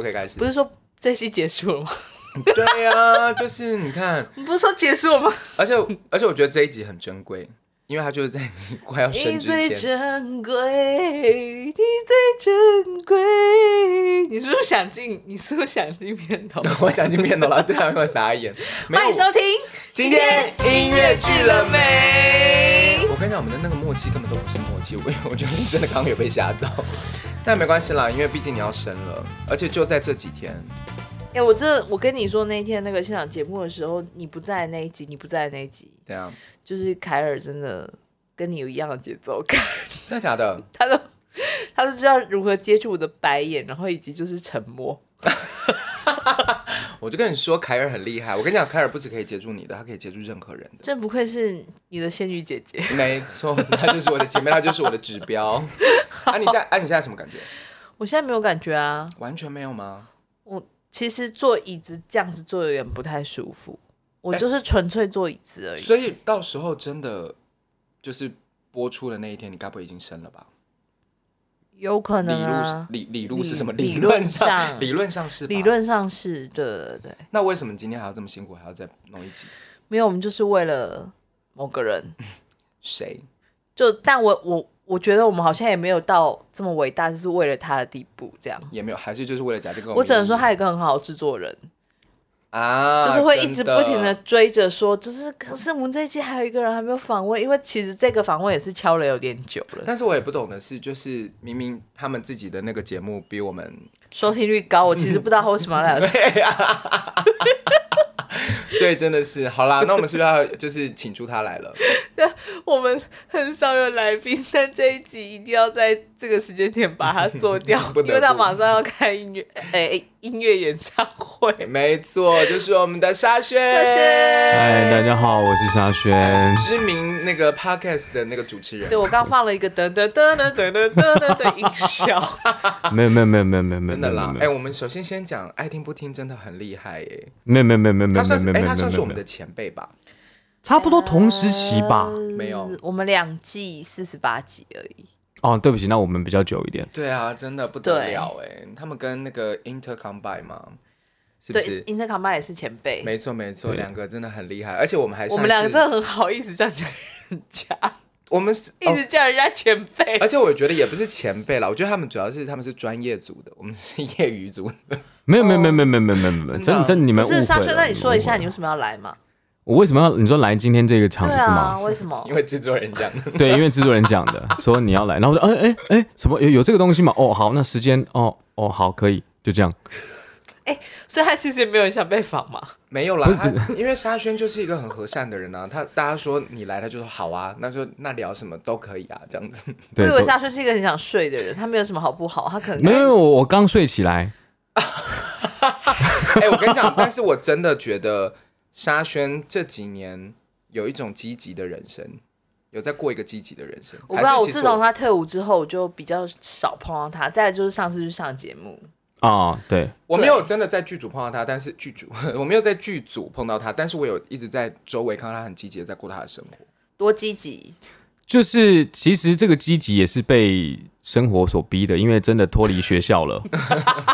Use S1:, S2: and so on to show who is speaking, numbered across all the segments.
S1: OK，开始
S2: 不。是说这期结束了吗？
S1: 对啊，就是你看，
S2: 你不是说结束了吗？
S1: 而且而且我觉得这一集很珍贵，因为它就是在你快要生
S2: 你
S1: 之
S2: 最
S1: 前，
S2: 珍贵，你最珍贵。你是不是想进？你是不是想进片头？
S1: 我想进片头了，对啊，我傻眼。没
S2: 欢迎
S1: 有，
S2: 收听
S1: 今天音乐剧了
S2: 没？
S1: 我跟你讲，我们的那个默契根本都不是默契，我我觉得是真的刚刚有被吓到。但没关系啦，因为毕竟你要生了，而且就在这几天，
S2: 哎、我这我跟你说，那天那个现场节目的时候，你不在那一集，你不在那一集，
S1: 对啊，
S2: 就是凯尔真的跟你有一样的节奏感，
S1: 真的假的？
S2: 他都他都知道如何接住我的白眼，然后以及就是沉默。
S1: 我就跟你说，凯尔很厉害。我跟你讲，凯尔不只可以接住你的，他可以接住任何人的。
S2: 真不愧是你的仙女姐姐。
S1: 没 错，他就是我的姐妹，他就是我的指标。 啊，你现在，啊，你现在什么感觉？
S2: 我现在没有感觉啊，
S1: 完全没有吗？
S2: 我其实坐椅子这样子坐有点不太舒服，我就是纯粹坐椅子而已。
S1: 哎所以到时候真的就是播出的那一天，你该不会已经生了吧？
S2: 有可
S1: 理
S2: 能
S1: 路
S2: 啊，
S1: 理理路是什么？
S2: 理
S1: 理论
S2: 理论上
S1: 理论上是吧
S2: 理。论上是对对对，
S1: 那为什么今天还要这么辛苦，还要再弄一集？
S2: 没有我们就是为了某个 人，
S1: 谁？
S2: 就但我我我觉得我们好像也没有到这么伟大，就是为了他的地步这样。
S1: 也没有，还是就是为了假这个？
S2: 我只能说他有一个很好的制作人，
S1: 啊，
S2: 就是会一直
S1: 真的
S2: 不停的追着说，就是可是我们这一期还有一个人还没有访问，因为其实这个访问也是敲了有点久了，
S1: 但是我也不懂的是，就是明明他们自己的那个节目比我们，
S2: 收听率高，我其实不知道他为什么要来
S1: 所以真的是好啦。那我们是不是要就是请出他 来了？，
S2: 我们很少有来宾，但这一集一定要在这个时间点把它做掉
S1: 不得不
S2: 因为他马上要开音乐，哎、音乐演唱会。
S1: 没错，就是我们的沙
S2: 但
S1: 宣，
S2: 是，
S3: 嗨，大家好，我是沙宣。
S1: 知名那个 podcast 的那个主持人
S2: 对。我刚放了一个噔噔噔噔噔噔噔噔的音效，
S3: 没有没有没有没有没有没有
S1: 真
S3: 没
S1: 的
S3: 有
S1: 啦，哎、
S3: 没有
S1: 我们首先先讲，爱听不听真的很厉害耶、
S3: 没有没有没有没有没
S1: 他
S3: 有没
S1: 算
S3: 有
S1: 是
S3: 没
S1: 哎、
S3: 有
S1: 他算
S3: 没
S1: 是
S3: 有
S1: 我们的
S3: 没有，
S1: 前辈吧？
S3: 差不多同时期吧。
S1: 没有
S2: 嗯我们两季四十八集而已。
S3: 哦，对不起，那我们比较久一点。
S1: 对啊，真的不得
S2: 对
S1: 了哎、他们跟那个 Inter Combine 嘛，是不
S2: 对
S1: 是？
S2: ，Intercom 也是前辈，
S1: 没错没错，
S3: 对
S1: 两个真的很厉害，而且我们还
S2: 我们两个
S1: 上
S2: 真
S1: 次
S2: 的很好意思这样讲人家，
S1: 我们是、
S2: 一
S1: 哦，
S2: 直叫人家前辈
S1: 而。且我觉得也不是前辈啦，我觉得他们主要是他们是专业组的，我们是业余组的。
S3: 没有没有没有没有没有没有没有没有，
S1: 真
S3: 真
S1: 的
S3: 的真的你们
S2: 不
S3: 误会
S2: 是沙
S3: 了。
S2: 宣，那你说一
S3: 误
S2: 下，
S3: 会
S2: 你
S3: 了
S2: 为什么要来嘛？
S3: 我为什么要你说来今天这个场
S2: 对
S3: 是吗
S2: 啊，？为什么？
S1: 因为制作人 讲，
S3: 对，因为制作人讲的，说你要来，然后我说，哎哎哎，什么有有这个东西吗？哦，好，那时间，哦哦，好，可以，就这样。
S2: 所以他其实也没有很想被访嘛。
S1: 没有啦，他因为沙宣就是一个很和善的人啊，他大家说你来，他就说好啊，那就那聊什么都可以啊，这样子。
S2: 我
S3: 对，
S2: 以为
S3: 都
S2: 夏春是一个很想睡的人，他没有什么好不好，他可能
S3: 没有，我我刚睡起来。
S1: 哎、我跟你讲，但是我真的觉得沙宣这几年有一种积极的人生，有在过一个积极的人生。
S2: 我不知道。
S1: 还
S2: 我
S1: 是其
S2: 自
S1: 实
S2: 从他退伍之后，我就比较少碰到他。再来就是上次去上节目，
S3: 哦，对，
S1: 我没有真的在剧组碰到他，但是剧组 我没有在剧组碰到他，但是我有一直在周围看到他很积极的在过他的生活。
S2: 多积极，
S3: 就是其实这个积极也是被生活所逼的，因为真的脱离学 校了，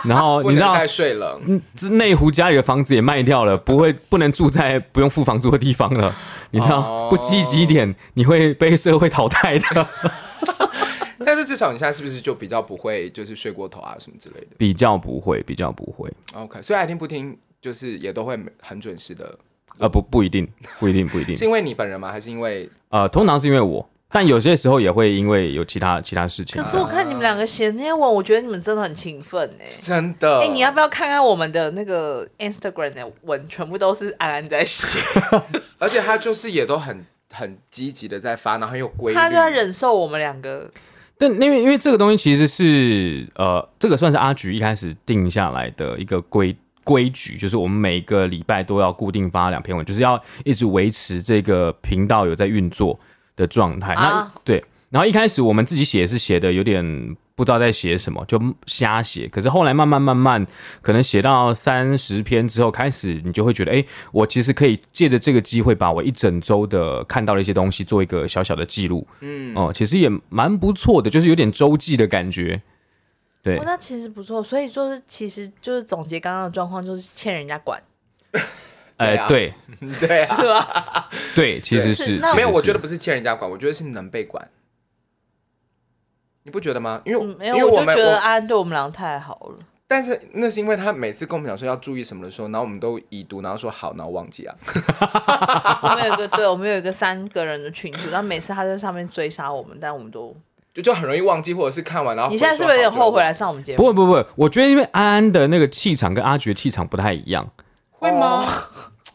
S3: 然后
S1: 不
S3: 哦你知
S1: 能
S3: 道
S1: 再，睡了，
S3: 嗯，这内湖家里的房子也卖掉了，不会不能住在不用付房租的地方了，你知道，
S1: 哦
S3: 不积极一点，你会被社会淘汰的，
S1: 但是至少你现在是不是就比较不会就是睡过头啊什么之类的
S3: 比较不会，比较不会，
S1: ？OK，所以爱听不听就是也都会很准时的，
S3: 啊，不不一定，不一定，不一定
S1: 是，因为你本人吗？还是因为
S3: 呃，通常是因为我，但有些时候也会因为有其他其他事情啊
S2: 可，是我看你们两个写那些文，我觉得你们真的很勤奋哎、
S1: 真的？
S2: 哎、你要不要看看我们的那个 Instagram 的文，全部都是安安在写，
S1: 而且他就是也都很很积极的在发，然后很有规律。
S2: 他就要忍受我们两个
S3: 但因为因为这个东西其实是呃，这个算是阿菊一开始定下来的一个规规矩，就是我们每个礼拜都要固定发两篇文，就是要一直维持这个频道有在运作的状态。
S2: 啊
S3: 那对，然后一开始我们自己写是写的有点。不知道在写什么，就瞎写。可是后来慢慢慢慢，可能写到三十篇之后，开始你就会觉得，哎、我其实可以借着这个机会，把我一整周的看到的一些东西做一个小小的记录。哦，其实也蛮不错的，就是有点周记的感觉。对
S2: 哦，那其实不错，所以就是其实就是总结刚刚的状况，就是欠人家管，
S1: 对
S3: 呃，
S1: 啊
S3: 对
S1: 对啊，
S2: 是吧？
S3: 对，其实
S1: 对
S2: 是
S3: 是
S2: 那
S3: 其
S1: 没有，
S3: 实
S1: 我
S3: 是
S1: 觉得不是欠人家管，我觉得是能被管。你不觉得吗？因为、
S2: 嗯，没
S1: 因为
S2: 有，我就
S1: 们
S2: 觉得
S1: 我
S2: 安安对我们俩太好了。
S1: 但是那是因为他每次跟我们讲说要注意什么的时候，然后我们都已读，然后说好，然后忘记啊。
S2: 我们有一个，对我们有一个三个人的群组，然后每次他在上面追杀我们，但我们都……
S1: 就就很容易忘记，或者是看完然后
S2: 你现在
S1: 回
S2: 是
S1: 说
S2: 不是有点
S1: 好就
S2: 后悔来上我们节
S3: 不
S2: 目？
S3: 会不会，不会我觉得因为安安的那个气场跟阿菊的气场不太一样，
S1: 会吗？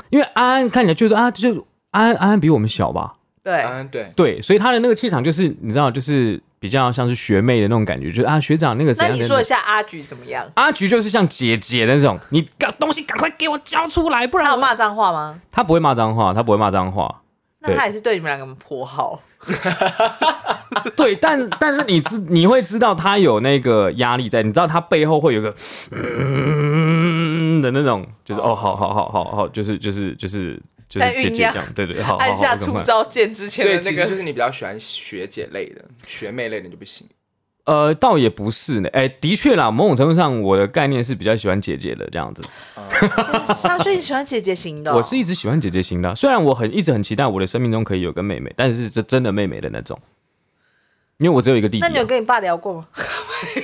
S3: 因为安安看起来就是啊，就安安安安比我们小吧，
S2: 对，
S1: 嗯， 对，
S3: 对，所以他的那个气场就是你知道，就是比较像是学妹的那种感觉，就是啊学长那个怎
S2: 那
S3: 样
S2: 你
S3: 怎
S2: 说一
S3: 样。
S2: 下阿菊怎么样？
S3: 阿菊就是像姐姐那种，你赶东西赶快给我交出来，不
S2: 他
S3: 然
S2: 有
S3: 我
S2: 骂脏话吗？
S3: 他不会骂脏话，他不会骂脏话。
S2: 那他也是对你们两个颇好，
S3: 对，但但是你知你会知道他有那个压力在，你知道他背后会有一个 嗯的那种，就是哦，好好好好好，就是就是就是就是
S2: 在酝
S3: 姐姐
S2: 酿
S3: 这样，对对，好好
S2: 按
S3: 好，
S2: 下
S3: 赶
S2: 出
S3: 快
S2: 招键之前
S1: 哦所以
S2: 的
S1: 其
S2: 那
S1: 实就
S2: 个。
S1: 是你比较喜欢学姐类的、学妹类的你就不行。
S3: 呃，倒也不是呢，哎，的确啦，某种程度上我的概念是比较喜欢姐姐的这样子，
S2: 沙宣，你喜欢姐姐型的哦？
S3: 我是一直喜欢姐姐型的，啊虽然我很一直很期待我的生命中可以有个妹妹，但是这真的妹妹的那种，因为我只有一个弟弟
S2: 那
S3: 啊、
S2: 你有跟你爸聊 过吗？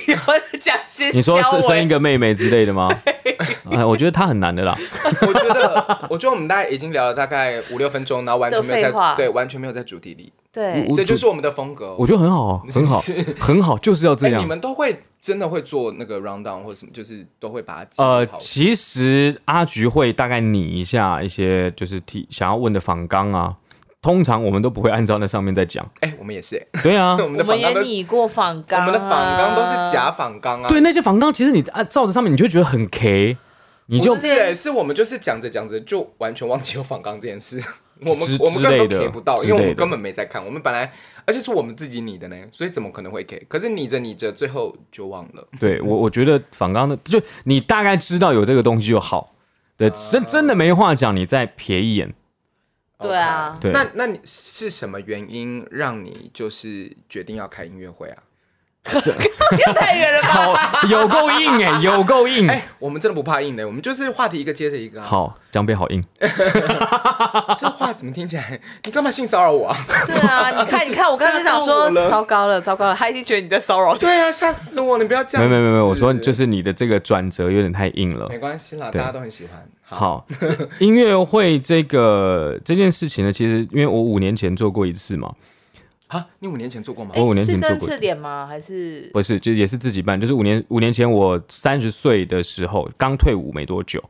S2: 有讲些
S3: 你说
S2: 消
S3: 生
S2: 委
S3: 生一个妹妹之类的吗？ 哎，我觉得他很难的啦。
S1: 我觉得，我觉得我们大概已经聊了大概五六分钟，然后完全没
S2: 的
S1: 有
S2: 废话
S1: 在对，完全没有在主题里，
S2: 对
S3: 我
S1: 这
S3: 主
S1: 就是我们的风格哦。
S3: 我觉得很好啊，
S1: 是
S3: 很
S1: 不
S3: 好
S1: 是，
S3: 很好，就是要这
S1: 哎，
S3: 样
S1: 你。们都会真的会做那个 round down 或者什么，就是都会把它记
S3: 呃，
S1: 好
S3: 其实阿菊会大概拟一下一些就是提想要问的访纲啊，通常我们都不会按照那上面在讲。
S1: 哎，我们也是，哎
S3: 对啊，
S1: 我们
S2: 我
S1: 的
S2: 们
S1: 仿
S2: 也
S1: 纲都，
S2: 拟过仿
S1: 我
S2: 纲、啊
S1: 们的仿纲都是。假仿纲啊。
S3: 对那些访纲，其实你按照着上面，你就会觉得很 K，你就
S1: 不是哎，是我们就是讲着讲着就完全忘记有仿纲这件事。我们
S3: 之
S1: 我们根
S3: 之
S1: 本
S3: 类
S1: 都
S3: 的
S1: K 不到，
S3: 之
S1: 因为我
S3: 类
S1: 们
S3: 的
S1: 根本没在看。我们本来，而且是我们自己拟的呢，所以怎么可能会 K？可是拟着拟着，最后就忘了。
S3: 对我我觉得访纲的就你大概知道有这个东西就好。对，真真的没话讲，你再瞥一眼。
S2: 对啊
S1: OK
S3: 对
S1: 那那你是什么原因让你就是决定要开音乐会啊？
S3: 嗯
S2: 太远了吧？
S3: 好，有够硬哎、有够硬。
S1: 哎、我们真的不怕硬的，我们就是话题一个接着一个、啊。，
S3: 好，江杯好硬。
S1: 这话怎么听起来？你干嘛性骚扰我啊？
S2: 对啊，你看，你看，我刚才想
S1: 吓到
S2: 说
S1: 我，了
S2: 糟糕了，糟糕了，他一定觉得你在骚扰 他。
S1: 对啊，吓死我！你不要这
S3: 没
S1: 样子。
S3: 有没有没有没有，我说就是你的这个转折有点太硬了
S1: 没。关系啦，
S3: 对
S1: 大家都很喜欢。哎好，
S3: 好， 音乐会这个这件事情呢，其实因为我五年前做过一次嘛，
S1: 啊，你五年前做过吗？
S3: 我五年
S2: 哎是
S3: 前做
S2: 跟
S3: 过
S2: 赤点吗？还是
S3: 不是，就也是自己办，就是五年五年前我三十岁的时候刚退伍没多久。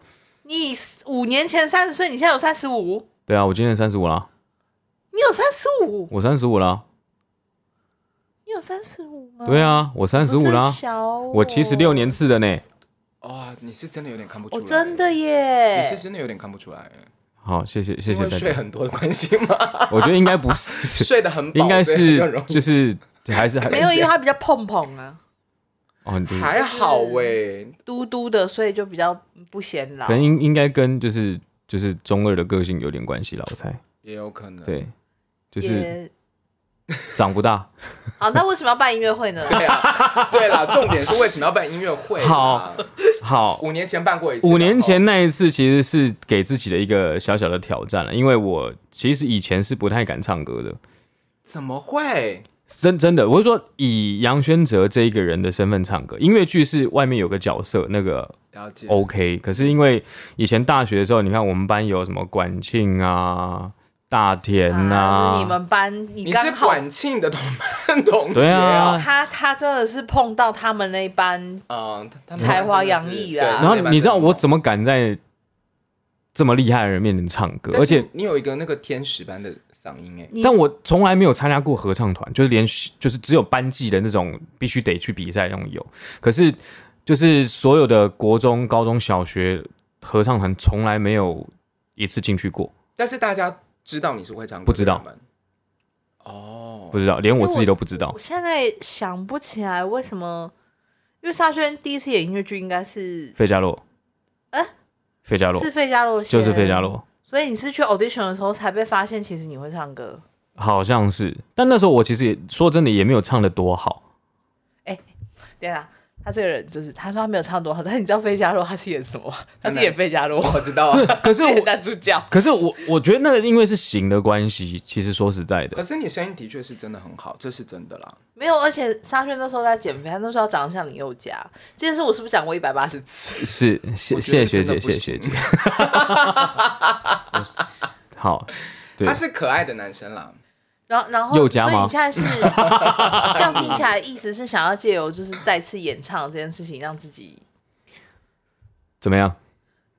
S2: 你五年前三十岁，你现在有三十五？
S3: 对啊，我今年三十五了，
S2: 你有三十五？
S3: 我三十五了。
S2: 你有三十五吗？
S3: 对，啊，我三十五了，
S2: 小哦我
S3: 我七十六年。次的呢。
S1: 哇、哦你是真的有点看不出
S2: 我
S1: 来。
S2: 哦真的
S1: 你是
S2: 耶，
S1: 真的有点看不出来，
S3: 好，谢谢谢
S1: 是因
S3: 谢
S1: 为
S3: 大
S1: 睡
S3: 家。
S1: 很多的关系吗？
S3: 我觉得应该不 是，
S1: 睡得很饱，
S3: 应该
S1: 所以
S3: 是
S1: 很容易
S3: 就是还是还
S2: 没有，因为他比较碰碰啊，
S3: 哦，对
S1: 还好哎、
S2: 嘟嘟的，所以就比较不显老
S3: 可。能应应该跟就是就是中二的个性有点关系了，我猜。
S1: 也有可能。
S3: 对，就是
S2: 也
S3: 长不大。
S2: 好，那为什么要办音乐会 呢？
S1: 对啊， 对啦，重点是为什么要办音乐会？
S3: 好，好，
S1: 五年前办过一次，
S3: 五年前那一次其实是给自己的一个小小的挑战了，因为我其实以前是不太敢唱歌的，
S1: 怎么会？
S3: 真真的，我是说以杨轩哲这一个人的身份唱歌，音乐剧是外面有个角色那个
S1: 了解，
S3: OK，可是因为以前大学的时候，你看我们班有什么管庆啊、大田
S2: 啊
S3: 呐、
S2: 你们班你
S1: 你
S2: 刚
S1: 是
S2: 好
S3: 哎
S1: 管庆的同班同学
S3: 对啊
S2: 他他真的是碰到他们那一班，
S1: 嗯，他们
S2: 才华洋溢啊啦
S1: 对
S3: 然后你知道我
S1: 么？
S3: 怎么敢在这么厉害的人面前唱歌，
S1: 但是
S3: 而且
S1: 你有一个那个天使般的嗓音哎，
S2: 你
S3: 但我从来没有参加过合唱团，就是连就是只有班级的那种必须得去比赛那种有。可是就是所有的国中、高中小学合唱团从来没有一次进去过，
S1: 但是大家知道你是会唱歌的，
S3: 不知道
S1: 他们哦，
S3: 不知道，连我自己都不知道
S2: 我。现在想不起来为什么，因为沙宣第一次演音乐剧应该是
S3: 费加洛，
S2: 呃
S3: 费加洛
S2: 是费加洛先，
S3: 就是费加，洛，
S2: 所以你是去 audition 的时候才被发现，其实你会唱歌。
S3: 好像是。但那时候我其实也说真的也没有唱的多好，
S2: 对啊，他这个人就是，他说他没有唱多好，但是你知道费加罗他是演什么吗？他是演费加 罗，
S1: 我知道啊。
S3: 可是
S2: 他演
S3: 我，
S2: 男主角。
S3: 可是我，我觉得那个因为是型的关系，其实说实 在
S1: 可
S3: 的，
S1: 是你声音的确是真的很好，这是真的啦。
S2: 没有，而且沙宣那时候在减肥，他那时候要长得像林宥嘉，这件事我是不是讲过一百八十次？
S3: 是谢
S1: 我
S3: 谢
S1: 觉
S3: 谢
S1: 得真
S3: 学姐，
S1: 的
S3: 谢
S1: 不
S3: 谢学姐
S1: 行。
S3: 我是好，对
S1: 他是可爱的男生啦，
S2: 然后，然后，
S3: 宥嘉
S2: 所以
S3: 吗
S2: 你现 在是这样听起来，意思是想要借由就是再次演唱这件事情，让自己
S3: 怎么样？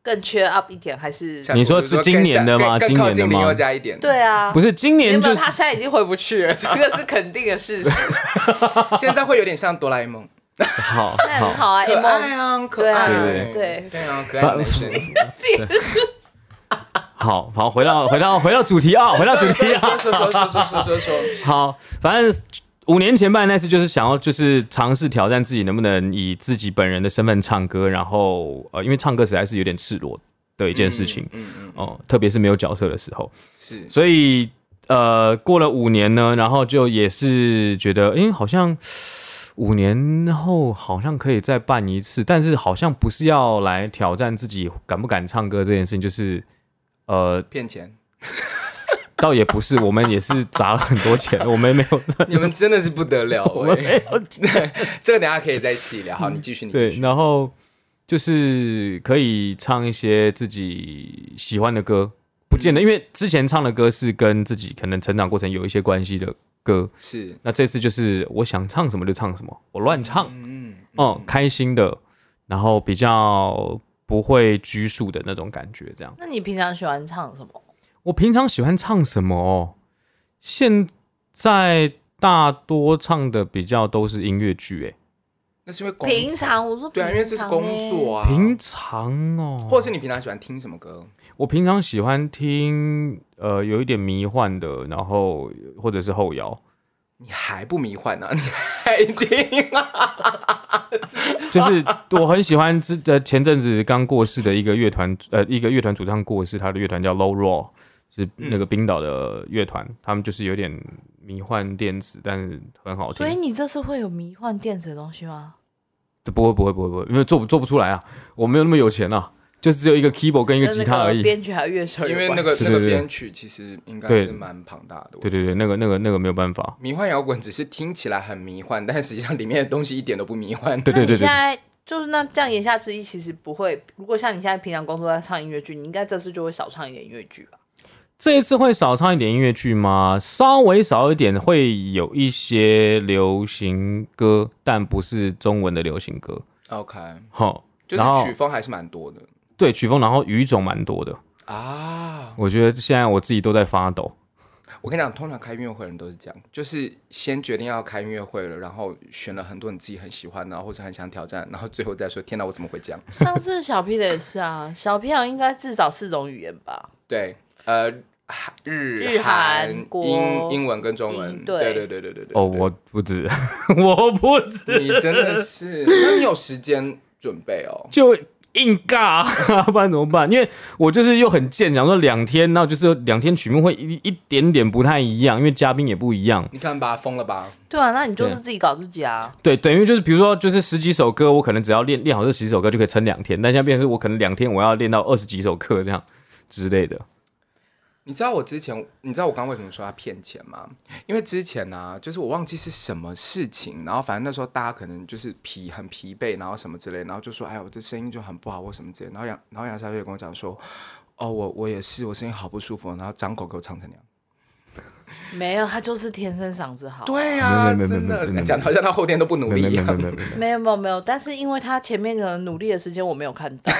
S2: 更 cheer up 一点，还是
S1: 下次
S3: 你说
S1: 我就是
S3: 今
S1: 更
S3: 年的
S1: 像
S3: 吗
S1: 更
S3: 今
S1: 更靠
S3: 年的
S1: 近林
S3: 吗
S1: 宥嘉一点。，
S2: 对啊？
S3: 不
S2: 是，
S3: 是今
S2: 原
S3: 年
S2: 本
S3: 就是
S2: 他现在已经回不去了，这个是肯定的事 实。
S1: 现在会有点像哆啦 A 梦，
S3: 好
S2: 那很好啊
S1: 可爱
S2: ，emo
S1: 啊，可爱，
S2: 对啊对
S1: 对对啊，可爱的男 生。
S3: 好好，回到回到回到主题啊，回到主题啊。
S1: 说说说说说说说 说，
S3: 好，反正五年前办的那次就是想要就是尝试挑战自己能不能以自己本人的身份唱歌，然后呃，因为唱歌实在是有点赤裸的一件事情
S1: 嗯嗯，嗯
S3: 哦、特别是没有角色的时候，
S1: 是
S3: 所以呃，过了五年呢，然后就也是觉得，诶，好像。五年后好像可以再办一次，但是好像不是要来挑战自己敢不敢唱歌这件事情，就是呃，
S1: 骗钱，
S3: 倒也不是，我们也是砸了很多钱，我们没有呃
S1: 你们真的是不得了
S3: 我们
S1: 哎、
S3: 没有 嗯
S1: 这个等一下可以再细聊。好，你继续，你继
S3: 对，
S1: 续。
S3: 然后就是可以唱一些自己喜欢的歌，不见得，因为之前唱的歌是跟自己可能成长过程有一些关系的歌，
S1: 是，
S3: 那这次就是我想唱什么就唱什么，我乱唱，
S1: 嗯，
S3: 哦、开心的，然后比较不会拘束的那种感觉，这样。
S2: 那你平常喜欢唱什么？
S3: 我平常喜欢唱什么哦？现在大多唱的比较都是音乐剧，哎。
S1: 那是因为工
S2: 平常我说
S1: 对啊，因为这是工作啊，
S3: 平常哦，
S1: 或者是你平常喜欢听什么歌？
S3: 我平常喜欢听呃有一点迷幻的，然后或者是后摇，
S1: 你还不迷幻呢、啊？你 还听啊？
S3: 就是我很喜欢之呃前阵子刚过世的一个乐团，呃一个乐团主唱过世，他的乐团叫 Low Roll，是那个冰岛的乐团，
S1: 嗯
S3: 他们就是有点迷幻电子，但是很好
S2: 所以
S3: 听。
S2: 你这次会有迷幻电子的东西吗？
S3: 这不会不会不会不会，因为做不做不出来啊，我没有那么有钱啊，就是只有一个 keyboard 跟一个
S2: 跟
S3: 吉
S2: 那
S3: 他而已。
S2: 编曲还有乐手有
S1: 因为那
S2: 关
S1: 个
S2: 系
S1: 那
S3: 对
S1: 个
S3: 对对
S1: 编曲其实应该
S3: 对
S1: 是蛮庞大的。
S3: 对对对，那个那个那个没有办法。
S1: 迷幻摇滚只是听起来很迷幻，但实际上里面的东西一点都不迷幻。
S3: 对对
S2: 那你
S3: 对对
S2: 现，在就是那这样言下之意，其实不会。如果像你现在平常工作在唱音乐剧，你应该这次就会少唱一点音乐剧吧？
S3: 这一次会少唱一点音乐剧吗？稍微少一点，会有一些流行歌，但不是中文的流行歌。
S1: OK，
S3: 哈，
S1: 就
S3: 然后
S1: 是曲风还是蛮多的
S3: 对曲风，然后语种蛮多的。
S1: 啊。
S3: 我觉得现在我自己都在发抖。
S1: 我跟你讲，通常开音乐会的人都是这样，就是先决定要开音乐会了，然后选了很多你自己很喜欢的，然后或者很想挑战，然后最后再说，天哪，我怎么会这样？
S2: 上次小 P 的也是啊，小 P 好像应该至少四种语言吧？
S1: 对，呃，韩日
S2: 日韩
S1: 韩
S2: 国
S1: 英英文跟中文
S2: 英，对
S1: 对对对对对对。
S3: 哦，我不止， 我不止，
S1: 对你真的是，那你有时间准备哦。
S3: 就硬尬、啊 不然怎么办？因为我就是又很贱，想说两天，那就是两天曲目会一一点点不太一样，因为嘉宾也不一样。
S1: 你看吧，疯了吧？
S2: 对啊，那你就是
S3: 对
S2: 自己搞自己啊。
S3: 对，等于就是比如说，就是十几首歌，我可能只要练练好这十几首歌就可以撑两天，但现在变成是我可能两天我要练到二十几首歌这样之类的。
S1: 你知道我之前，你知道我刚刚为什么说他骗钱吗？因为之前呢、啊，就是我忘记是什么事情，然后反正那时候大家可能就是疲很疲惫，然后什么之类，然后就说，哎呀，我这声音就很不好或什么之类，然后杨然后杨小姐跟我讲说，哦，我我也是，我声音好不舒服，然后张口给我唱成那样。
S2: 没有，他就是天生嗓子好。
S1: 对啊，
S3: 没有没有
S1: 真
S3: 没有没有没有
S1: 的讲得好像他后天都不努
S3: 没
S1: 力
S3: 有
S1: 一
S3: 没有
S1: 样
S3: 没有。没有没有，
S2: 没有没有没有，但是因为他前面可能努力的时间我没有看到，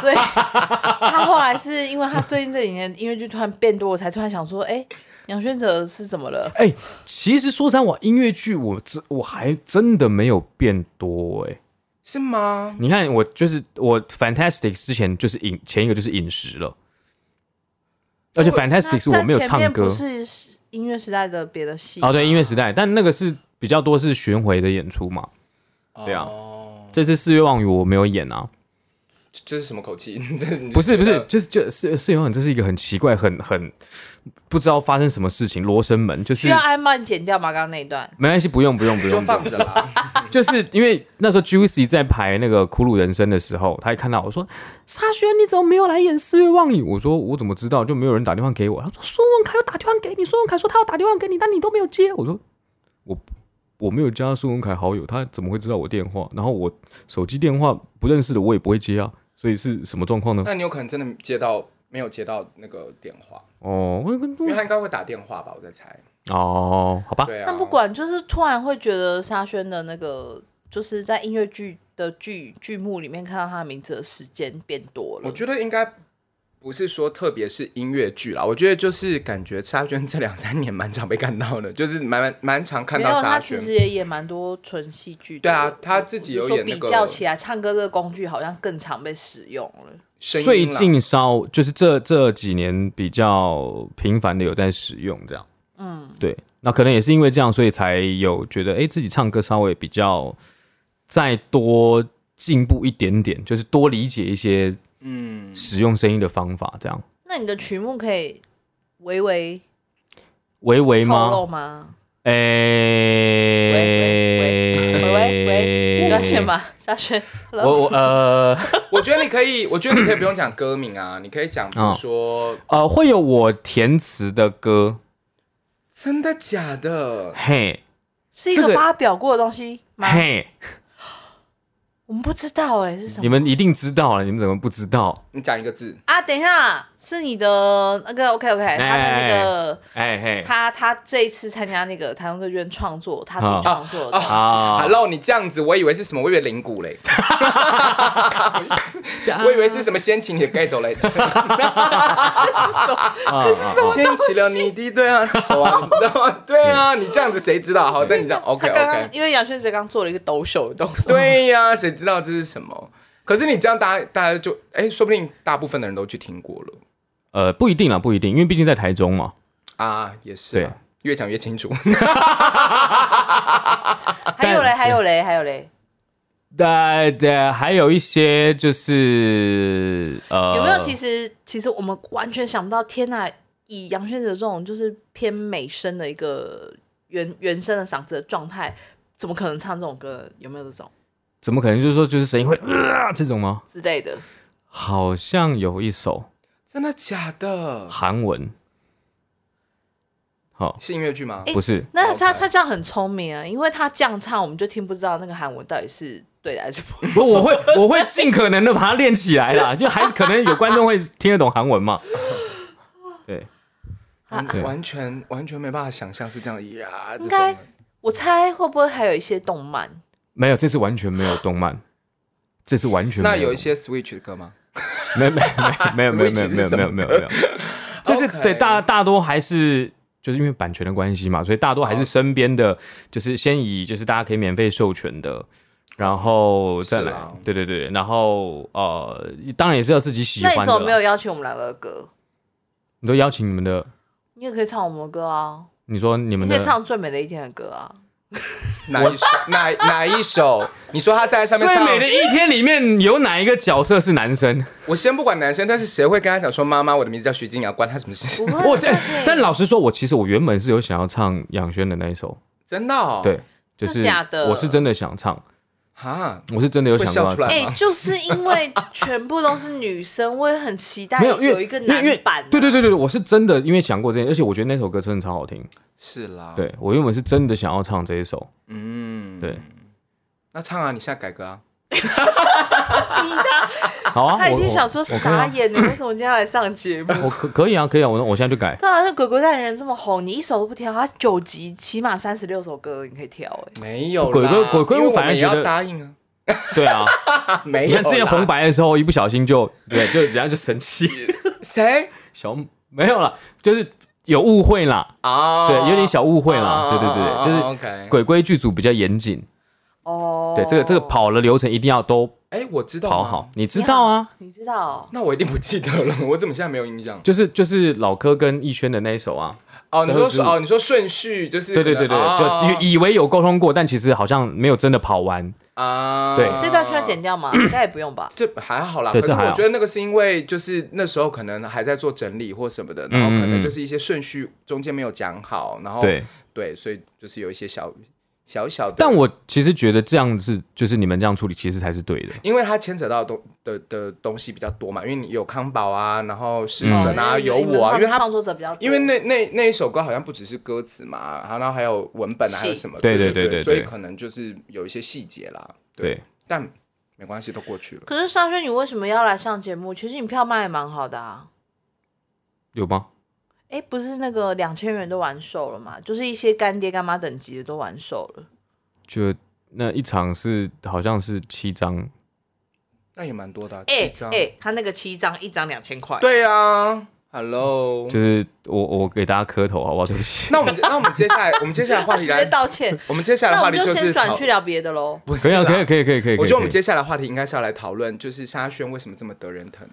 S2: 所以他后来是因为他最近这几年音乐剧突然变多，我才突然想说，哎、杨轩哲是怎么了？
S3: 哎、其实说实在话，音乐剧我真我还真的没有变多哎、
S1: 是吗？
S3: 你看我就是我 Fantastics 之前就是饮前一个就是饮食了，而且 Fantastics 我没有
S2: 哦那在前面
S3: 唱歌
S2: 不是音乐时代的别的戏
S3: 哦，对，音乐时代，但那个是比较多是巡回的演出嘛。对啊
S1: 哦
S3: 这次四月望雨我没有演啊，
S1: 这是什么口气？ 这你就
S3: 不是不
S1: 觉
S3: 是
S1: 得，
S3: 就是就是室友很，这是一个很奇怪、很很不知道发生什么事情，罗生门就是
S2: 需要安曼剪掉吗？刚刚那一段
S3: 没关系，不用不用不
S1: 就
S3: 用，不用
S1: 放着啦。
S3: 就是因为那时候 Juicy 在排那个《苦鲁人生》的时候，他一看到我说：“沙宣，你怎么没有来演《四月望雨》？”我说：“我怎么知道？就没有人打电话给我。”他说：“孙文凯有打电话给你，孙文凯说他要打电话给你，但你都没有接。”我说：“我我没有加孙文凯好友，他怎么会知道我电话？然后我手机电话不认识的，我也不会接啊。所以是什么状况呢？
S1: 那你有可能真的接到没有接到那个电话，
S3: 哦，我跟
S1: 因为他应该会打电话吧？我在猜。
S3: 哦，好吧，
S1: 对啊，
S2: 但不管，就是突然会觉得沙宣的那个，就是在音乐剧的剧剧目里面看到他的名字的时间变多
S1: 我
S2: 了。
S1: 觉得应该不是说特别是音乐剧啦，我觉得就是感觉沙宣这两三年蛮常被看到的，就是蛮蛮蛮常看
S2: 没有，
S1: 到
S2: 他
S1: 沙
S2: 其
S1: 宣。
S2: 实也演蛮多纯戏剧的。
S1: 对啊
S2: 我
S1: 他自己有
S2: 我就说
S1: 演那个
S2: 比较起来，唱歌这个工具好像更常被使用了。
S1: 声音啦
S3: 最近稍就是这这几年比较频繁的有在使用这样，嗯，对，那可能也是因为这样，所以才有觉得哎、诶自己唱歌稍微比较再多进步一点点，就是多理解一些
S1: 嗯，
S3: 使用声音的方法，这样
S2: 那你的曲目可以微微
S3: 微微
S2: 透露
S3: 吗？
S2: 吗？
S3: 哎、
S2: 喂喂喂，沙宣吗？沙 宣，Hello，
S3: 我我呃
S1: 我觉得你可以，我觉得你可以不用讲歌名啊，你可以讲，比如说、
S3: 呃，会有我填词的歌，
S1: 真的假的，
S3: 嘿
S2: 是一
S3: 这
S2: 个
S3: 个
S2: 发表过的东西吗？
S3: 嘿，
S2: 我们不知道哎、是什么
S3: 你？们一定知道了，你们怎么不知道？
S1: 你讲一个字，
S2: 啊，等一下，是你的那个 OK OK，他的那个
S3: 哎嘿，
S2: 他他这一次参加那个台湾歌剧院创作，他自
S3: 哦
S2: 己创作的东西，
S3: 啊
S1: 哦 Hello，你这样子，我以为是什么，我以为灵骨嘞， 我以为是什么掀起你的盖头 嘞，
S3: 啊 啊
S1: 掀起了你的对啊，这首啊，你知道吗？对啊，你这样子谁知道？好，但你这样 OK
S2: 他刚刚
S1: OK，
S2: 因为杨轩哲刚做了一个抖手的动作，
S1: 对呀、谁知道这是什么？可是你这样大，家大家就哎、说不定大部分的人都去听过了
S3: 呃，不一定啦，不一定，因为毕竟在台中嘛。
S1: 啊，也是啊、越讲越清楚。
S2: 还有嘞，还有嘞，还有嘞，
S3: 但呃，还有一些就是呃，
S2: 有没有？其实其实我们完全想不到，天呐，以杨轩哲这种就是偏美声的一个原原声的嗓子的状态，怎么可能唱这种歌？有没有这种
S3: 怎么可能就是说就是声音会、呃、这种吗？
S2: 之类的？
S3: 好像有一首
S1: 真的假的？
S3: 韩文，好、
S1: 是音乐剧吗？
S2: 诶
S3: 不是
S2: 那他
S1: OK
S2: 他这样很聪明啊，因为他这样唱，我们就听不知道那个韩文到底是对的还是不 对。
S3: 不，我会我会尽可能的把它练起来啦，就还是可能有观众会听得懂韩 文嘛。对，
S1: 完
S3: 对
S1: 完全完全没办法想象是这样的呀，这种
S2: 应该
S1: 的
S2: 我猜会不会还有一些动漫？
S3: 没有，这次完全没有动漫，这次完全没
S1: 那有一些 Switch 的歌吗？
S3: 没没没 有没有没有没有没有没有没有，就是
S1: OK
S3: 对大大多还是就是因为版权的关系嘛，所以大多还
S2: 哦
S3: 是身边的，就是先以就是大家可以免费授权的，然后再
S1: 是
S3: 来
S2: 啊
S1: 啦，
S3: 对对对，然后呃，当然也是要自己喜
S2: 那
S3: 欢
S2: 你
S3: 的
S2: 怎么没
S3: 啦。
S2: 有邀请我们两个的歌？
S3: 你都邀请你们的，
S2: 你也可以唱我们的歌啊，
S3: 你说你
S2: 你
S3: 们
S2: 可以
S3: 的
S2: 唱《最美的一天》的歌啊。
S1: 哪一首？ 哪哪一首？你说他在上面
S3: 最
S1: 唱
S3: 美的一天里面有哪一个角色是 男生？
S1: 我先不管男生，但是谁会跟他讲说妈妈，我的名字叫徐静雅，啊关他什么事
S2: 不？会，啊
S3: 我
S2: 不
S3: 这
S2: 会
S3: 但老实说，我其实我原本是有想要唱杨轩的那一首，
S1: 真的、哦？
S3: 对，就是
S2: 真假的
S3: 我是真的想唱，
S1: 哈，
S3: 我是真的有想
S1: 会
S3: 到
S1: 笑出来
S3: 唱。
S2: 哎、就是因为全部都是女生，我也很期待
S3: 没有，因为
S2: 一个
S3: 因为
S2: 男
S3: 因为
S2: 版、啊。
S3: 对对对对，我是真的因为想过这件事，而且我觉得那首歌真的超好听。
S1: 是啦，，
S3: 对我原本是真的想要唱这一首，
S1: 哦嗯
S3: 对，
S1: 那唱啊，你现在改歌啊，
S3: 好啊，
S2: 他一
S3: 我
S2: 定
S3: 我
S2: 想说
S3: 我可以
S2: 傻
S3: 啊
S2: 眼，你为什么今天来上节 目？
S3: 我可可以啊，可以啊，我我现在就改。
S2: 对啊，那《鬼鬼代理人》这么红，你一首都不挑，他九集起码三十六首歌你可以挑、哎。
S1: 没有啦
S3: 鬼哥鬼哥
S1: 因为我
S3: 反而
S1: 们也
S3: 觉
S1: 要
S3: 得
S1: 答应啊，
S3: 对啊，
S1: 啊没有
S3: 你
S1: 啦。
S3: 看之前红白的时候，一不小心就对，就人家就生气，
S1: 谁
S3: 小没有了，就是有误会啦，
S1: 啊？
S3: 对，有点小误会啦，
S1: 哦
S3: 对对
S1: 哦
S3: 对，
S1: 哦
S3: 就
S1: OK
S3: 是鬼鬼剧组比较严谨，
S2: 哦，
S3: 对，这个这个跑了流程一定要都
S1: 哎，我知道
S3: 跑
S1: 吗
S3: 好，，你知道啊？
S2: 你知道
S1: 那我一定不记得了， 我怎么现在没有印 象？
S3: 就是就是老柯跟逸轩的那一首啊，
S1: 哦，你
S3: 最
S1: 说
S3: 后之
S1: 是
S3: 舞
S1: 哦，你说顺序就是哦
S3: 对对对对，
S1: 可能
S3: 就以以为有沟通过，但其实好像没有真的跑完，
S1: 哦啊，
S3: 对
S2: 这段需要剪掉吗？
S3: 嗯
S2: 应该也不用吧。
S1: 这还好啦，
S3: 对
S1: 可是
S3: 这还好
S1: 我觉得那个是因为就是那时候可能还在做整理或什么的，
S3: 嗯
S1: 然后可能就是一些顺序中间没有讲好，然后
S3: 对，
S1: 对所以就是有一些小小小的，
S3: 但我其实觉得这样子就是你们这样处理其实才是对的。
S1: 因为它牵扯到的东的的东西比较多嘛，因为你有康宝啊，然后世
S3: 嗯
S2: 哦
S1: 存啊，有我啊，因为它
S2: 创作者比较多，
S1: 因为那那那一首歌好像不只是歌词嘛，然后还有文本啊，
S2: 是
S1: 还有什么，
S3: 对
S1: 对
S3: 对对对
S1: 所以
S3: 对
S1: 可能就是有一些细节啦，对，
S3: 对，
S1: 但没关系，都过去了。
S2: 可是沙宣，你为什么要来上节目？其实你票卖也蛮好的啊。
S3: 有吗？
S2: 哎，不是那个两千元都完售了嘛？就是一些干爹干妈等级的都完售了。
S3: 就那一场是好像是七张，
S1: 那也蛮多的、啊，
S2: 哎
S1: 七张
S2: 哎，他那个七张，一张两千块。
S1: 对啊，Hello，
S3: 嗯就是我我给大家磕头好不好？对不起，
S1: 那我们那我们接下来我们接下来话
S2: 直
S1: 题
S2: 接
S1: 来，
S2: 道歉。
S1: 我们接 下来
S2: 那我
S1: 话
S2: 们
S1: 题
S2: 就是先转
S1: 讨
S2: 去聊别的喽。
S1: 不
S3: 可
S1: 是
S3: 以啊，
S1: 啦
S3: 可以，可以，可以，可以。
S1: 我觉得我
S3: 可以
S1: 们接下来话题应该是要来讨论，就是沙宣为什么这么得人疼。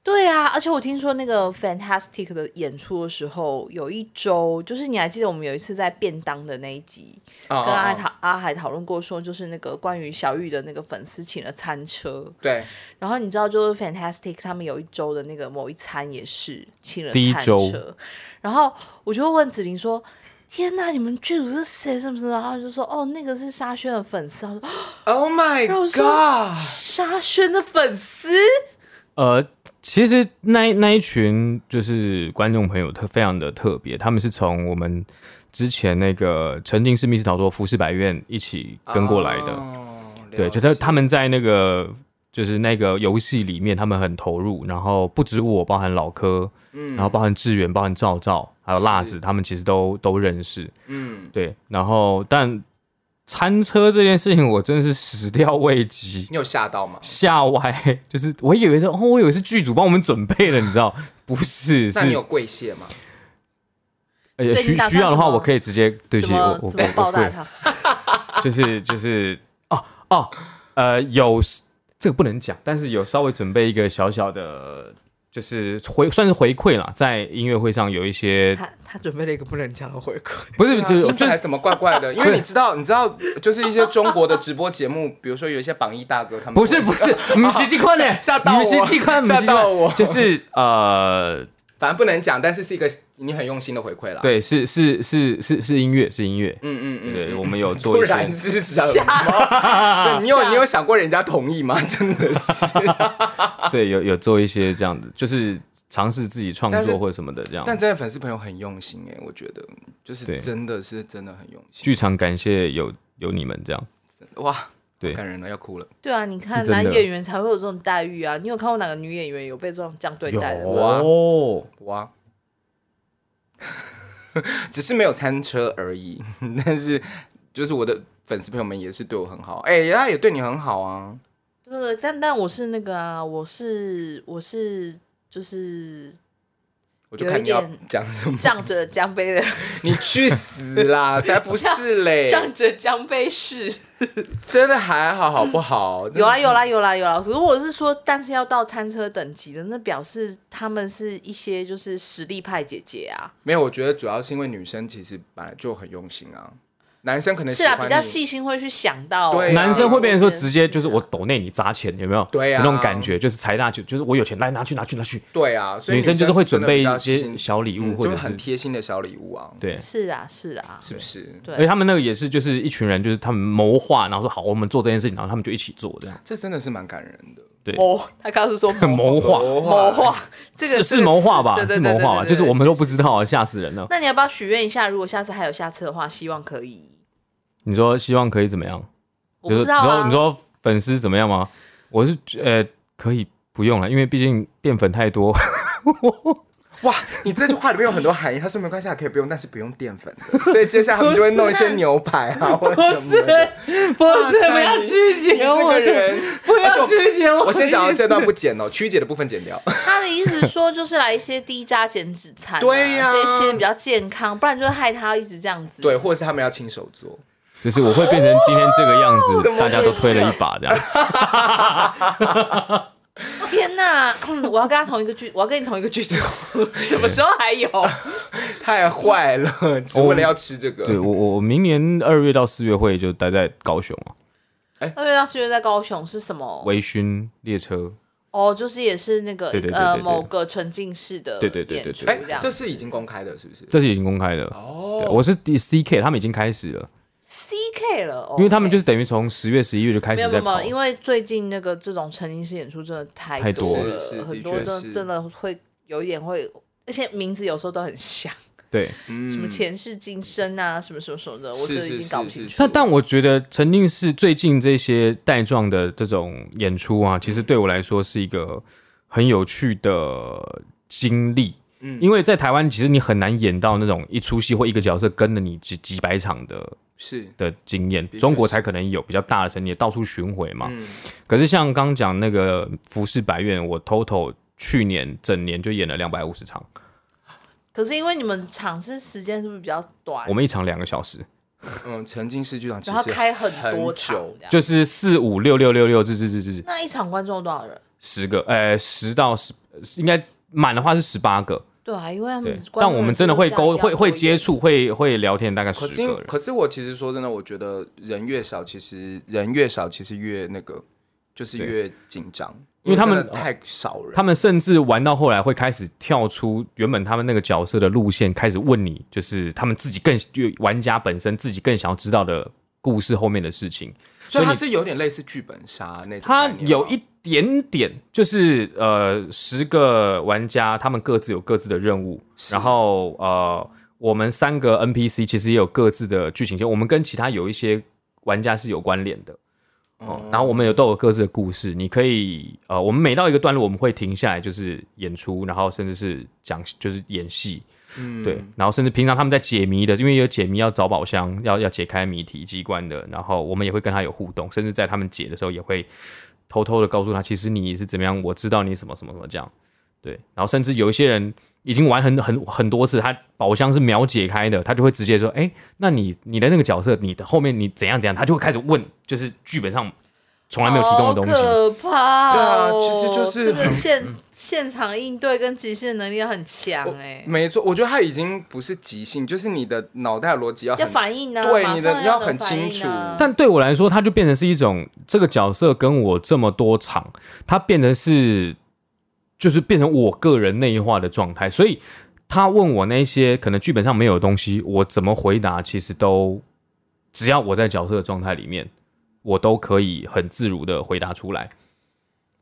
S2: 对啊，而且我听说那个 Fantastic 的演出的时候，有一周，就是你还记得我们有一次在便当的那一集，
S1: 啊
S2: 跟阿海
S1: 啊
S2: 讨阿海讨论过，说就是那个关于小玉的那个粉丝请了餐车，
S1: 对，
S2: 然后你知道就是 Fantastic 他们有一周的那个某一餐也是请了
S3: 第一
S2: 餐
S3: 周
S2: 车，然后我就问子玲说。天呐！你们剧组是谁？什么什么？然后就说哦，那个是沙宣的粉丝。我说
S1: Oh my
S2: 让我
S1: God！
S2: 沙宣的粉丝，
S3: 呃，其实那一那一群就是观众朋友，特非常的特别，他们是从我们之前那个沉浸式密室逃脱《浮世百院》一起跟过来的。
S1: 哦
S3: 对，
S1: 了
S3: 就他
S1: 解
S3: 他们在那个就是那个游戏里面，他们很投入，然后不止我，包含老柯，
S1: 嗯
S3: 然后包含志远，包含赵赵，还有辣
S1: 是
S3: 子，他们其实都都认识。
S1: 嗯，
S3: 对，然后但餐车这件事情，我真的是始料未及，
S1: 你有吓到吗？
S3: 吓歪， 就是我以为是哦，我以为是剧组帮我们准备的，你知道，不是是
S1: 那你有跪谢吗？
S3: 而且
S2: 对
S3: 需
S2: 你打算
S3: 需要的
S2: 怎
S3: 话，
S2: 么
S3: 我可以直接对不
S2: 怎
S3: 起，我
S2: 么
S3: 我
S2: 怎么
S3: 我
S2: 报
S3: 我
S2: 答
S3: 会
S2: 他？
S3: 就是就是哦哦呃有这个不能讲，但是有稍微准备一个小小的，就是回算是回馈啦，在音乐会上有一些
S2: 他他准备了一个不能讲的回馈。
S3: 不是就
S1: 对啊
S3: 是
S1: 听起
S3: 就是
S1: 来怎么怪怪 的？因为你知道，你知道，就是一些中国的直播节目，比如说有一些榜一大哥，他们
S3: 不是不是， 你们习气快呢，
S1: 吓吓到我
S3: 你们习气快，
S1: 吓到
S3: 你们习气快
S1: 我
S3: 就是呃
S1: 反正不能讲，但是是一个你很用心的回馈啦。，
S3: 对是是是是是音乐是音乐，
S1: 嗯嗯嗯，
S3: 对，我们有 做
S1: 不
S3: 一些
S1: 然是什么？这你有你有想过人家同意吗？ 真的是，啊
S3: 对有有做一些这样的，就是尝试自己创
S1: 但是
S3: 作或者什么的这样。
S1: 但真的粉丝朋友很用心哎，我觉得就是
S3: 对
S1: 真的是真的很用心，
S3: 剧场感谢有有你们这样，
S1: 哇，
S3: 对
S1: 好感人了，要哭了。
S2: 对啊，你看
S3: 是真
S2: 男
S3: 的
S2: 演员才会有这种待遇啊！你有看过哪个女演员有被这种这样对待的吗？
S1: 哇
S3: 有
S1: 哇， 只是没有餐车而已。 但是就是我的粉丝朋友们也是对我很好，哎、他也对你很好啊。
S2: 对，但但我是那个啊，我是我是就是
S1: 我就
S2: 有
S1: 看
S2: 一
S1: 你要
S2: 点
S1: 讲什么，
S2: 仗着江杯 的
S1: 你去死 啦！才不是嘞，
S2: 仗着江杯式，
S1: 真的还好好不好？
S2: 有啦啊有啦有啦有啦。如果是说，但是要到餐车等级的，那表示他们是一些就是实力派姐姐啊，
S1: 没有，我觉得主要是因为女生其实本来就很用心啊，男生可能喜
S2: 是啊，
S1: 欢你
S2: 比较细心会去想到
S1: 对啊
S3: 男生会变成说直接就
S2: 这件事
S3: 是
S2: 啊
S3: 我抖内你砸钱，有没有？
S1: 对啊
S3: 那种感觉就是财大气，就是我有钱来拿去拿去拿去。
S1: 对啊，所以
S3: 女生就是会准备一
S1: 真的
S3: 些
S1: 比较细心
S3: 小礼物
S1: 嗯
S3: 或
S1: 就
S3: 者
S1: 是
S3: 是
S1: 很贴心的小礼物啊，
S3: 对，
S2: 是啊是啊，
S1: 是不是？
S2: 对
S3: 而且他们那个也是就是一群人，就是他们谋划，然后说好我们做这件事情，然后他们就一起做这样。
S1: 这真的是蛮感人的。
S3: 对，
S2: 谋，他刚刚是说
S3: 谋划
S2: 谋划，这个
S3: 是
S2: 这
S3: 是
S2: 个
S3: 谋划吧
S2: 对？对
S3: 是
S2: 对
S3: 谋
S2: 对
S3: 划吧？
S2: 对
S3: 就是
S2: 对
S3: 我们
S2: 是
S3: 都不知道啊，吓死人了。
S2: 那你要不要许愿一下？如果下次还有下次的话，希望可以。
S3: 你说希望可以怎么样？
S2: 我
S3: 就
S2: 不
S3: 是
S2: 知道
S3: 你说
S2: 啊，
S3: 你说粉丝怎么样吗？我是呃可以不用了，因为毕竟淀粉太 多。
S1: 哇，你这句话里面有很多含义。他说没关系，可以不用，但是不用淀粉的。所以接下来他们就会弄一些牛排 啊，或者什么的。
S2: 不
S1: 哇塞
S2: 拒
S1: 你这个人，
S2: 不
S1: 而且我
S2: 绝我
S1: 我先讲到这段
S2: 不。
S1: 不剪哦，曲解的部分剪掉。
S2: 他的意思说就是来一些低渣减脂餐啊，
S1: 对呀
S2: 这些比较健康，不然就会害他一直这样子。
S1: 对，或者是他们要亲手做。
S3: 就是我会变成今天这个样子，
S1: 怎么
S3: 大家都推了一把这样。
S2: 天哪，嗯我要跟他同一个剧，我要跟你同一个剧 组，什么时候还有？
S1: 太坏了，只为了要吃这个。
S3: 对我我我明年二月到四月会就待在高雄哦，
S1: 哎
S2: 二月到四月在高雄是什么？
S3: 微醺列车，
S2: 哦，就是也是那个
S3: 对对对
S2: 呃
S3: 对对
S2: 某个沉浸式的
S3: 对对对对对
S2: 演出
S1: 哎、
S2: 这样。
S1: 这是已经公开的，是不是？
S3: 这是已经公开的。
S1: 哦
S3: 对，我是 D C K，他们已经开始了，
S2: C K 了，哦
S3: 因为他们
S2: OK
S3: 就是等于从十月、十一月就开
S2: 没
S3: 始
S2: 有没
S3: 在
S2: 有没
S3: 跑
S2: 有，。因为最近那个这种沉浸式演出真的太
S3: 太多
S1: 了
S2: 了，
S1: 是是
S2: 很
S1: 的
S2: 多
S1: 确
S2: 真
S1: 是
S2: 真的会有一点会，而且名字有时候都很像，
S3: 对，
S1: 嗯
S2: 什么前世今生啊，什么什么什么的，我
S1: 是
S2: 真的已
S1: 是
S2: 经
S1: 是
S2: 搞不
S1: 是
S2: 清楚。
S1: 是
S3: 但但我觉得沉浸式最近这些带状的这种演出啊，其实对我来说是一个很有趣的经历。
S1: 嗯
S3: 因为在台湾，其实你很难演到那种一出戏或一个角色跟了你几几百场的
S1: 嗯是，
S3: 的经验，
S1: 确
S3: 中国才可能有比较大的城，你也到处巡回嘛。
S1: 嗯，
S3: 可是像刚讲那个服饰百院，我 total 去年整年就演了两百五十场，
S2: 可是因为你们场次时间是不是比较短
S3: 我？们一场两个小时，
S1: 嗯，沉浸式剧场其
S2: 然后
S1: 实
S2: 开很多场
S1: 久，
S2: 这样，
S3: 就是四五六六六六，这这这这这
S2: 那一场观众有多少人？
S3: 十个，呃，十到十，应该满的话是十八个，
S2: 对啊，因为他们
S3: 对
S2: 观。众
S3: 但我们真的会
S2: 人数都这
S3: 沟，
S2: 样
S3: 会会接
S2: 比较多一点。
S3: 触，会会聊天，大概
S1: 可
S3: 十
S1: 是因
S3: 个人。
S1: 可是我其实说真的，我觉得人越少，其实人越少，其实越那个，就是
S3: 对
S1: 越紧张，
S3: 因为他们
S1: 真的太少人，
S3: 他们甚至玩到后来会开始跳出原本他们那个角色的路线，开始问你，就是他们自己更就玩家本身自己更想要知道的故事后面的事情。
S1: 所以它
S3: 你
S1: 是有点类似剧本杀那种概
S3: 它
S1: 念吗，
S3: 有一点点，就是呃，十个玩家他们各自有各自的任务，然后呃，我们三个 NPC 其实也有各自的剧情线，我们跟其他有一些玩家是有关联的。
S1: 嗯
S3: 哦，然后我们有都有各自的故事，你可以呃，我们每到一个段落，我们会停下来，就是演出，然后甚至是讲就是演戏，
S1: 嗯
S3: 对，然后甚至平常他们在解谜的，因为有解谜要找宝箱，要要解开谜题机关的，然后我们也会跟他有互动，甚至在他们解的时候也会偷偷的告诉他，其实你是怎么样，我知道你什么什么什么这样，对，然后甚至有一些人已经玩很很很多次，他宝箱是秒解开的，他就会直接说，哎，那你你的那个角色，你的后面你怎样怎样，他就会开始问，就是剧本上从来没有提供的东西，
S2: 哦好可怕、哦！
S1: 对啊其实 就是
S2: 这个
S1: 很
S2: 现现场应对跟即兴能力很强哎、
S1: 没错，我觉得它已经不是即兴，就是你的脑袋的逻辑要
S2: 要
S1: 很
S2: 反应呢、啊，
S1: 对
S2: 马
S1: 你的
S2: 上
S1: 要
S2: 得
S1: 很
S2: 反应
S1: 清
S2: 啊
S1: 楚
S3: 但对我来说，它就变成是一种这个角色跟我这么多场，它变成是就是变成我个人内化的状态，所以他问我那些可能剧本上没有的东西，我怎么回答，其实都只要我在角色的状态里面，我都可以很自如的回答出来，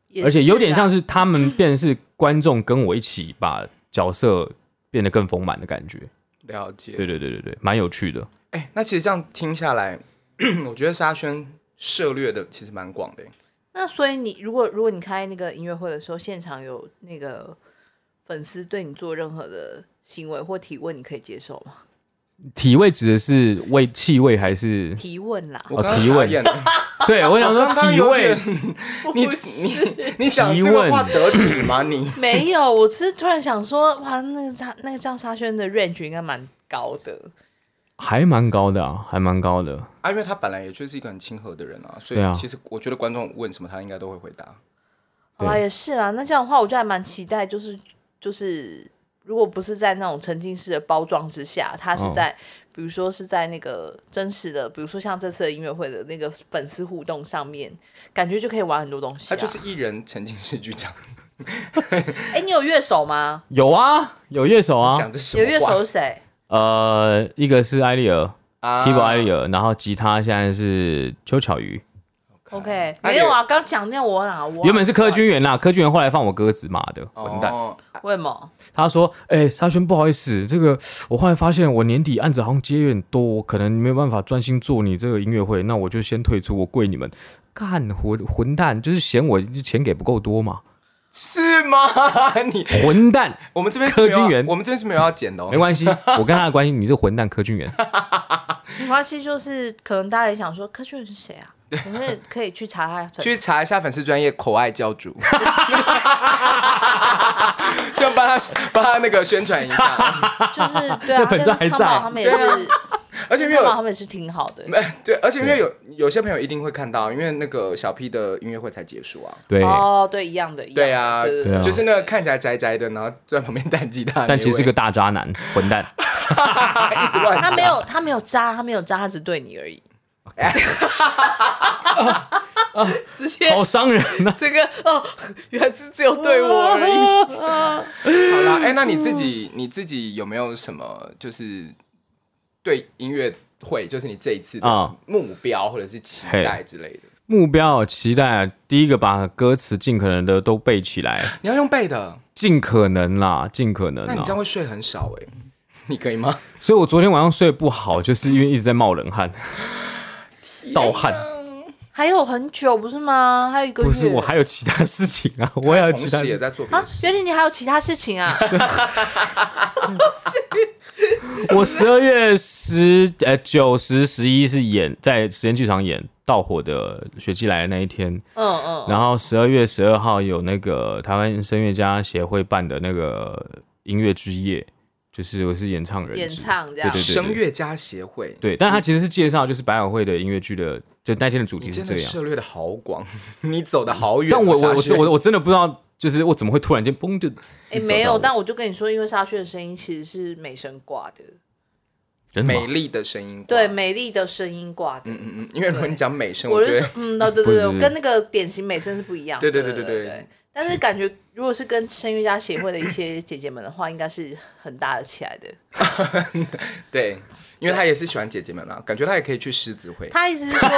S2: 也
S3: 而且有点像
S2: 是啊
S3: 是他们变成是观众跟我一起把角色变得更丰满的感觉。
S1: 了解。
S3: 对对对对对，蛮有趣的。
S1: 哎、那其实这样听下来，我觉得沙宣涉猎的其实蛮广的、欸
S2: 啦。那所以你如果如果你开那个音乐会的时候，现场有那个粉丝对你做任何的行为或提问，你可以接受吗？
S3: 体味指的是味气味还是？
S2: 提问啦，
S1: 我刚刚
S3: 哦提问
S1: 傻 眼了
S3: 对，我想
S1: 我
S3: 说
S1: 刚刚
S3: 体
S1: 有
S3: 味
S1: 点， 你你你讲这个话得体吗？你
S2: 没有，我只是突然想说，哇，那个沙那个张沙宣的 range 应该蛮高的，
S3: 还蛮高的啊，还蛮高的。
S1: 啊，因为他本来也就是一个很亲和的人啊，所
S3: 对啊
S1: 以其实我觉得观众问什么他应该都会回
S2: 啊
S1: 答。
S2: 好啦，
S3: 对
S2: 也是啦。那这样的话，我就还蛮期待，就是就是，如果不是在那种沉浸式的包装之下，它是
S3: 哦
S2: 在、比如说是在那个真实的，比如说像这次的音乐会的那个粉丝互动上面，感觉就可以玩很多东西、
S1: 他
S2: 啊。
S1: 就是艺人沉浸式剧场，
S2: 哎、你有乐手吗？
S3: 有啊，有乐手啊，
S1: 讲这什
S2: 有乐
S1: 么
S2: 手
S1: 话
S2: 是谁？
S3: 呃，一个是艾丽尔
S1: 啊
S3: k e y b o a r d 艾丽尔，然后吉他现在是邱巧瑜，
S2: OK，
S1: 哎
S2: 没有啊，刚讲那我哪我啊
S3: 原本是柯君元啦，柯君元后来放我鸽子，妈的，混蛋！
S1: 哦，
S2: 为什么？
S3: 他说：“哎、沙宣，不好意思，这个我后来发现我年底案子好像接有点多，我可能没有办法专心做你这个音乐会，那我就先退出，我跪你们。”干混混蛋，就是嫌我钱给不够多嘛，
S1: 是吗？ 你
S3: 混蛋，
S1: 我们这边是没有
S3: 柯君元
S1: 我们这边是没有要剪的哦
S3: 没。关系，我跟他的关系，你是混蛋柯君元。
S2: 没关系，就是可能大家也想说，柯俊是谁啊？可是可以去查他的粉丝
S1: 去查一下粉丝专业口爱教主， 就帮他帮他那个宣传一下。
S2: 就是对啊，
S3: 那粉钻还
S2: 跟康宝
S3: 在
S2: 他们也是，
S1: 对啊而且因为
S2: 康宝他
S1: 有
S2: 们也是挺好的。
S1: 没对，而且因为有有些朋友一定会看到，因为那个小 P 的音乐会才结束啊。
S3: 对，
S2: 哦，对，一样的，一样的
S1: 对啊，
S2: 对对
S3: 啊
S1: 就是那个看起来宅宅的，然后坐在旁边弹吉他，
S3: 但其实是个大渣男，混蛋。
S1: 一直乱
S2: 他
S1: 讲
S2: 没有，他没有渣，他没有渣，他只对你而已。 直接
S3: 好伤人啊呐、
S2: 这个哦，原来是只有对我而 已。
S1: 好啦，哎、那你自己你自己有没有什么就是对音乐会，就是你这一次的
S3: 啊
S1: 目标或者是期待之类的？
S3: 目标期待啊，第一个把歌词尽可能的都背起来，
S1: 你要用背的，
S3: 尽可能啦，尽可能
S1: 那你这样
S3: 啦。
S1: 会睡很少哎、你可以吗？
S3: 所以我昨天晚上睡不好，就是因为一直在冒冷汗，盗汗。
S2: 还有很久不是吗？还有一个月。
S3: 不是，我还有其他事情啊，我还有
S1: 同
S3: 其
S1: 时
S3: 他事
S1: 也
S3: 情。
S1: 在做别
S2: 啊
S1: 的，事。
S2: 原来你还有其他事情 啊！
S3: 我十二月十呃九十十一是演在实验剧场演《盗火的雪季来》的那一天，
S2: 嗯嗯，
S3: 然后十二月十二号有那个台湾声乐家协会办的那个音乐之夜，就是我是演唱人，
S2: 演唱这
S3: 对
S2: 样
S3: 对对对
S1: 声乐家协会，
S3: 对，但他其实是介绍就是百老汇的音乐剧的，就那天的主
S1: 你
S3: 题是
S1: 真
S3: 这
S1: 的
S3: 样。
S1: 涉猎的好广，你走的好远哦。
S3: 但我我我
S1: 夏雪
S3: 我我真的不知道，就是我怎么会突然间嘣就
S2: 哎，没有，但我就跟你说，因为沙雀的声音其实是美声挂的，
S3: 人
S1: 美丽的声音，
S2: 对，，美丽的声音挂的。
S1: 嗯嗯嗯，因为如果你讲美声，
S2: 我
S1: 我
S2: 就
S1: 觉
S2: 说
S1: 得，
S2: 嗯，哦对对
S3: 不
S2: 对，
S3: 是
S2: 我跟那个典型美声是不一样
S1: 对
S2: 的。
S1: 对
S2: 对
S1: 对对对
S2: 对。但是感觉，如果是跟声乐家协会的一些姐姐们的话，应该是很搭得起来 的。
S1: 对，因为他也是喜欢姐姐们啦，感觉他也可以去狮子会，
S2: 他意思 是说，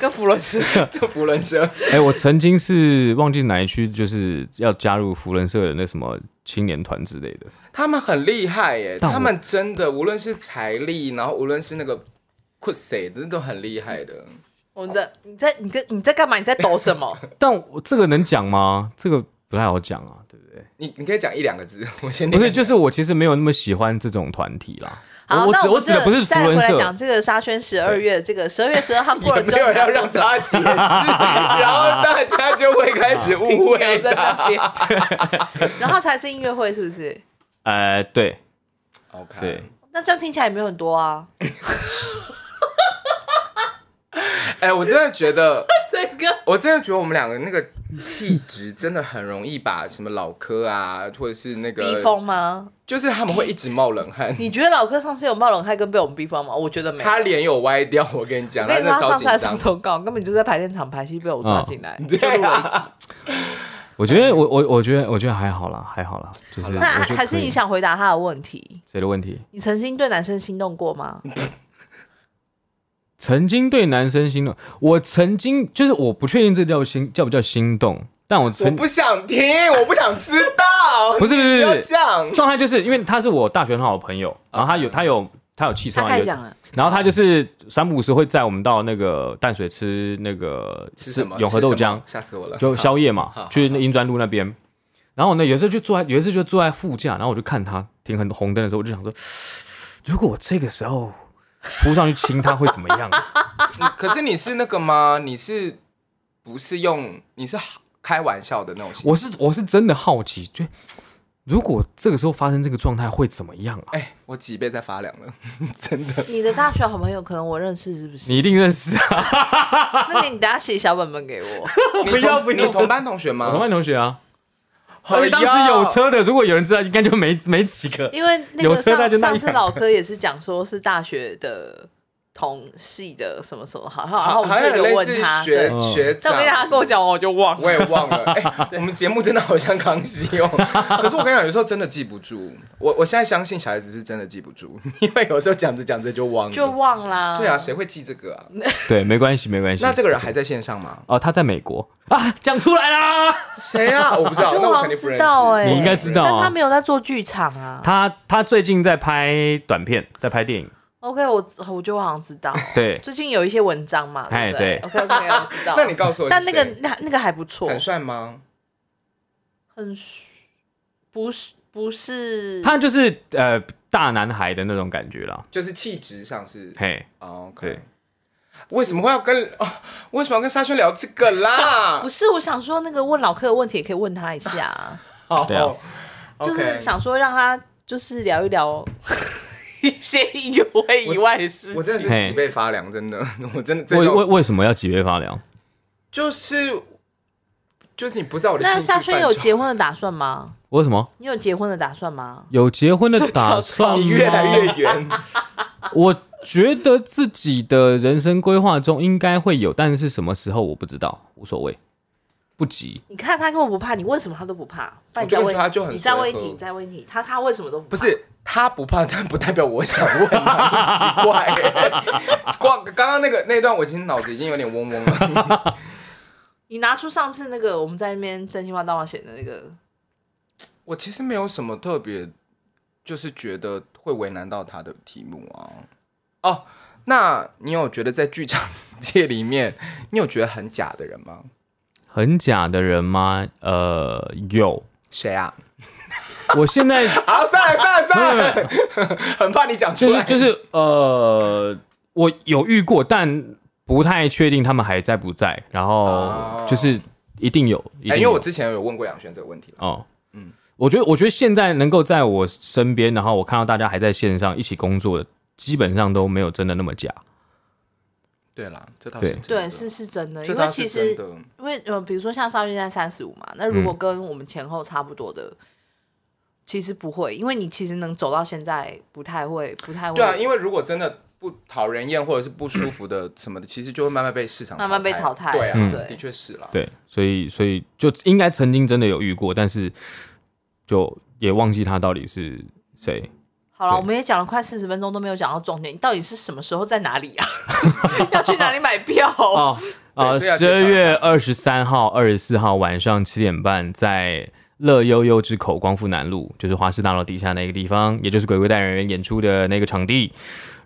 S2: 跟弗伦斯
S1: 这福伦社，
S3: 哎、我曾经是忘记哪一区，就是要加入福伦社的那什么青年团之类的。
S1: 他们很厉害耶，
S3: 但我
S1: 他们真的无论是财力，然后无论是那个。酷谁真的都很厉害的，
S2: 我的，你在你跟你在干嘛？你在抖什么？
S3: 但我这个能讲吗？这个不太好讲啊，对不对？
S1: 你你可以讲一两个字， 我先
S3: 不是，
S1: 念
S3: 就是我其实没有那么喜欢这种团体啦。
S2: 好，
S3: 我
S2: 那
S3: 指
S2: 我
S3: 我
S2: 们
S3: 指的不是福
S2: 再回
S3: 伦
S2: 来
S3: 社
S2: 讲，这个沙宣十二月，这个十二月十二 号过了
S1: 有
S2: 之
S1: 没
S2: 后，
S1: 有
S2: 你
S1: 要
S2: 做
S1: 让
S2: 什么
S1: 他解释， 然后大家就会开始误
S2: 停留
S1: 会
S2: 在
S1: 的。
S2: 那边， 然后才是音乐会，是不是？
S3: 呃，对
S1: OK，
S3: 对，
S2: 那这样听起来也没有很多啊，
S1: 哎、我真的觉得，
S2: 这个
S1: 我真的觉得我们两个那个气质真的很容易把什么老科啊，或者是那个
S2: 逼疯吗？
S1: 就是他们会一直冒冷汗。
S2: 你觉得老柯上次有冒冷汗跟被我们逼疯吗？我觉得没有。
S1: 他脸有歪掉，我跟你讲，
S2: 我
S1: 他
S2: 跟
S1: 真
S2: 你
S1: 的
S2: 说，
S1: 超
S2: 他上次
S1: 紧
S2: 来上
S1: 张。啊
S2: 通告，根本就在排练场排戏，被我抓进来，就录
S1: 嗯
S2: 了一集。
S3: 我觉得我我我觉得我觉得还好啦，还好啦，就是
S2: 那
S3: 我觉得
S2: 嗯还是
S3: 可以
S2: 你想回答他的问题？
S3: 谁的问题？
S2: 你曾经对男生心动过 吗？
S3: 曾经对男生心动，我曾经就是我不确定这叫心叫不叫心动，但我
S1: 我
S3: 曾
S1: 不想听，我不想知道。
S3: 不是不是
S1: 不要
S3: 不是
S1: 这样。
S3: 状态就是因为他是我大学很好的朋友，然后他有他有他有气
S2: 他
S3: 场，
S2: 开
S3: 有
S2: 始讲了，
S3: 然后他就是三不五时会载我们到那个淡水吃那个
S1: 吃什么？
S3: 永和豆
S1: 吃什
S3: 浆
S1: 么，吓死我了！
S3: 就宵夜嘛
S1: 好好，
S3: 去那英专路那边。然后呢，有时候就坐在，有一次就坐在副驾，然后我就看他停很红灯的时候，我就想说，如果我这个时候扑上去亲他会怎么样？
S1: 好可是你是那个吗？你是不是用你是开玩笑的那种型？
S3: 我是我是真的好奇，就如果这个时候发生这个状态会怎么样啊？
S1: 哎、我脊背在发凉了， 真的。
S2: 你的大学好朋友可能我认识，是 不是？
S3: 你一定认识啊，
S2: 那你等下写小本本 给我。
S1: 你
S3: 不要
S1: 同
S3: 不要
S1: 你同班同学吗？
S3: 我同班同学啊。
S1: 哎
S3: 而
S1: 呦
S3: 且当时有车的，如果有人知道，应该就没没几个。
S2: 因为那个
S3: 有车那
S2: 上
S3: 就那
S2: 上
S3: 样
S2: 次老柯也是讲说是大学的同系的什么 什么，好像然后
S1: 好，
S2: 我们
S1: 好
S2: 特
S1: 像有
S2: 别
S1: 类
S2: 问
S1: 似
S2: 他，
S1: 学嗯
S2: 对，
S3: 嗯
S1: 学
S2: 但
S1: 长
S2: 我跟。他跟我讲完我就忘了。
S1: 我也忘了，哎，我们节目真的好像康熙哦。 可是我跟你讲，有时候真的记不住。我我现在相信小孩子是真的记不住， 因为有时候讲着讲着就忘了。
S2: 就忘啦，
S1: 对啊，谁会记这个啊？
S3: 对，没关系，没关系。
S1: 那这个人还在线上吗？
S3: 哦，他在美国啊，讲出来啦。
S1: 谁啊？ 我不知道，
S2: 我觉得
S1: 那
S2: 我
S1: 我
S2: 好
S1: 肯定
S2: 像
S1: 不
S2: 知
S1: 认
S2: 道哎、
S1: 识。
S3: 你应该知道
S1: 哦
S3: 啊
S2: 但他没有在做剧场啊。
S3: 他他最近在拍短片，在拍电影。
S2: OK，我我觉得我好像知道，
S3: 对，
S2: 最近有一些文章嘛，对
S3: 哎
S2: 不对
S3: 对
S2: o k OK，我知道。
S1: 那你告诉我是
S2: 但
S1: 谁，
S2: 那个那那个还不错，
S1: 很帅吗？
S2: 很帅不是不是
S3: 他就是呃大男孩的那种感觉啦。
S1: 就是气质上是
S3: 嘿，
S1: 哦 OK
S3: 对。
S1: 为什么会要跟 哦？为什么要跟沙宣聊这个 啦
S2: 不？是，我想说那个问老柯的问题也可以问他一下啊。
S1: 好
S3: 对啊
S2: 就
S1: OK
S2: 是想说让他就是聊一聊 一些音乐会以外的事
S1: 我真的
S2: 情。
S1: 是脊背发凉，真的， 我真的，真
S3: 为
S1: 的
S3: 为为什么要几月发凉？
S1: 就是就是你不在我的
S2: 那
S1: 兴趣
S2: 夏
S1: 范畴。
S2: 轩有结婚的打算吗？
S3: 为什么
S2: 你有结婚的打算吗？
S3: 有结婚的打算吗？
S1: 你越来越远，
S3: 我觉得自己的人生规划中应该会有，但是什么时候我不知道，无所谓，不急。
S2: 你看他根本不怕，你问什么他都不怕。那你再
S1: 我就
S2: 问，
S1: 说他就很
S2: 你再问一
S1: 随和
S2: 题，你再问一题，他他问什么都不
S1: 不
S2: 怕
S1: 是他不怕，但不代表我想问啊，奇怪、 欸。光刚刚那个那段，我其实脑子已经有点嗡嗡了。
S2: 你拿出上次那个我们在那边真心话大冒险的那个，
S1: 我其实没有什么特别，就是觉得会为难到他的题目啊。哦，那你有觉得在剧场界里面， 你有觉得很假的人吗？
S3: 很假的人吗？呃，有。
S1: 谁啊？
S3: 我现在
S1: 好，算了算了算了，很怕你讲出
S3: 就是
S1: 来。
S3: 就是呃，我有遇过，但不太确定他们还在不在。然后
S1: 哦
S3: 就是一定有，一定有
S1: 哎因为我之前有问过杨轩这个问题了。
S3: 哦，嗯，我觉得我觉得现在能够在我身边，然后我看到大家还在线上一起工作的，基本上都没有真的那么假。
S1: 对啦，这倒
S3: 对
S1: 是真的
S2: 对，是是真的，
S1: 这
S2: 因
S1: 倒
S2: 为
S1: 是
S2: 其
S1: 真
S2: 实
S1: 的。嗯
S2: 因为呃，比如说像上月在三十五嘛，那如果跟我们前后差不多的，其实不会，因为你其实能走到现在，不太会，不太会，
S3: 哦
S1: 对啊，因为如果真的不讨人厌或者是不舒服的什么的，其实就会慢慢被市场
S2: 慢慢被淘汰
S1: 对啊，
S2: 嗯
S1: 的确是啦。
S3: 对，所以所以就应该曾经真的有遇过，但是就也忘记他到底是谁。
S2: 好了，
S3: 对
S2: 我们也讲了快四十分钟，都没有讲到重点，你到底是什么时候在哪里啊？ 要去哪里买票？
S3: 哦，呃，
S1: 对这个要介绍一
S3: 十二
S1: 下
S3: 月二十三号、二十四号晚上七点半，在乐悠悠之口光复南路，就是华师大楼底下那个地方，也就是鬼鬼代人演出的那个场地。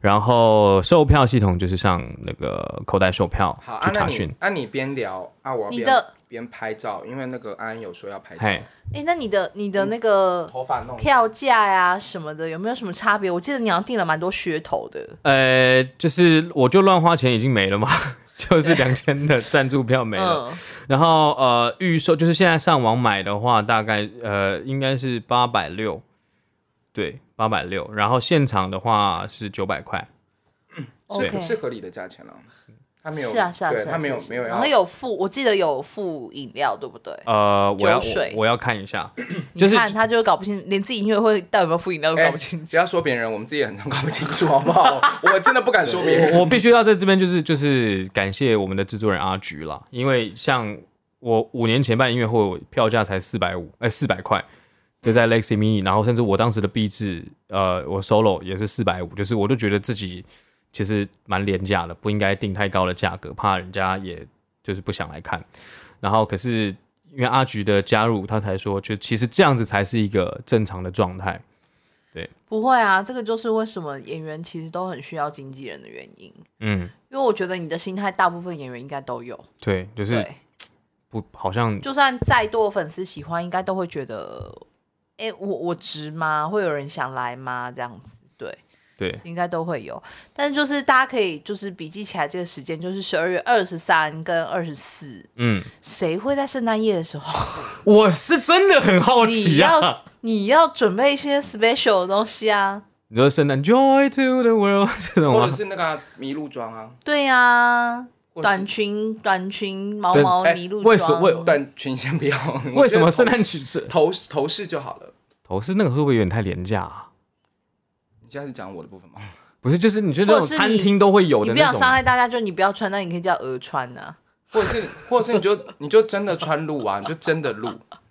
S3: 然后售票系统就是上那个口袋售票
S1: 好，啊
S3: 去，
S1: 那
S3: 查询
S1: 你。那你边聊啊，我要
S2: 你
S1: 边
S2: 的
S1: 边拍照，因为那个安有说要拍
S3: 嘿
S1: 照，，
S2: 哎、那你的你
S1: 嗯
S2: 的那个
S1: 头发弄
S2: 票价呀、什么的，有没有什么差别？我记得你好像订了蛮多噱头的，
S3: 呃，就是我就乱花钱已经没了嘛， 就是两千的赞助票没了。
S2: 嗯，
S3: 然后呃，预售就是现在上网买的话，大概呃应该是八百六，对，八百六。然后现场的话是九百块，对
S2: OK
S1: 是合理的价钱了。他没有，
S2: 是啊是啊
S1: 对
S2: 是啊，
S1: 他没有
S2: 是啊
S1: 没有
S2: 然后
S1: 要。
S2: 有附，我记得有附饮料，对不对？
S3: 呃，我要
S2: 酒
S3: 我
S2: 水
S3: 我要看 一下，就是
S2: 你看他就搞不清，连自己音乐会到底有没有附饮料都
S1: 哎
S2: 搞不清。
S1: 不要说别人，我们自己也很常搞不清楚，好不好？我真的不敢说别人。
S3: 我我必须要在这边就是就是感谢我们的制作人阿菊啦，因为像我五年前办音乐会，我票价才四百五，哎，四百块。就在 Lexi Mini，然后甚至我当时的壁纸，呃，我 solo 也是四百五，就是我就觉得自己其实蛮廉价的，不应该定太高的价格，怕人家也就是不想来看。然后可是因为阿菊的加入，他才说，就其实这样子才是一个正常的状态。
S2: 不会啊，这个就是为什么演员其实都很需要经纪人的原因，
S3: 嗯，
S2: 因为我觉得你的心态，大部分演员应该都有。
S3: 对，就是
S2: 对，
S3: 不好像
S2: 就算再多粉丝喜欢，应该都会觉得，哎、我我值吗？会有人想来吗？这样子，对，
S3: 对
S2: 应该都会有。但是就是大家可以就是笔记起来这个时间，就是十二月二十三跟二十四，
S3: 嗯，
S2: 谁会在圣诞夜的时候？
S3: 我是真的很好
S2: 你
S3: 奇呀、
S2: 要你要准备一些 special 的东西啊。
S3: 你说圣诞 Joy to the World 这种
S1: 或者
S3: 吗？
S1: 是那个啊麋鹿装啊，
S2: 对呀、啊，
S1: 或者是
S2: 短裙短裙毛
S3: 对
S2: 毛
S1: 哎
S2: 麋鹿
S3: 为什
S2: 装
S3: 为
S1: 短裙先不要。
S3: 为什么圣诞
S1: 我觉
S3: 曲是
S1: 得头头头饰就好了？
S3: 头饰那个会不会有点太廉价啊？
S1: 你现在是讲我的部分吗？
S3: 不是，就是你觉得那
S2: 或
S3: 种
S2: 者是
S3: 餐
S2: 你
S3: 厅都会有
S2: 你
S3: 的
S2: 不
S3: 那
S2: 想
S3: 种
S2: 伤，害大家，就你不要穿，啊 那你可以叫鹅穿啊。
S1: 或者是，或者是你就你就真的穿鹿啊，你就真的鹿，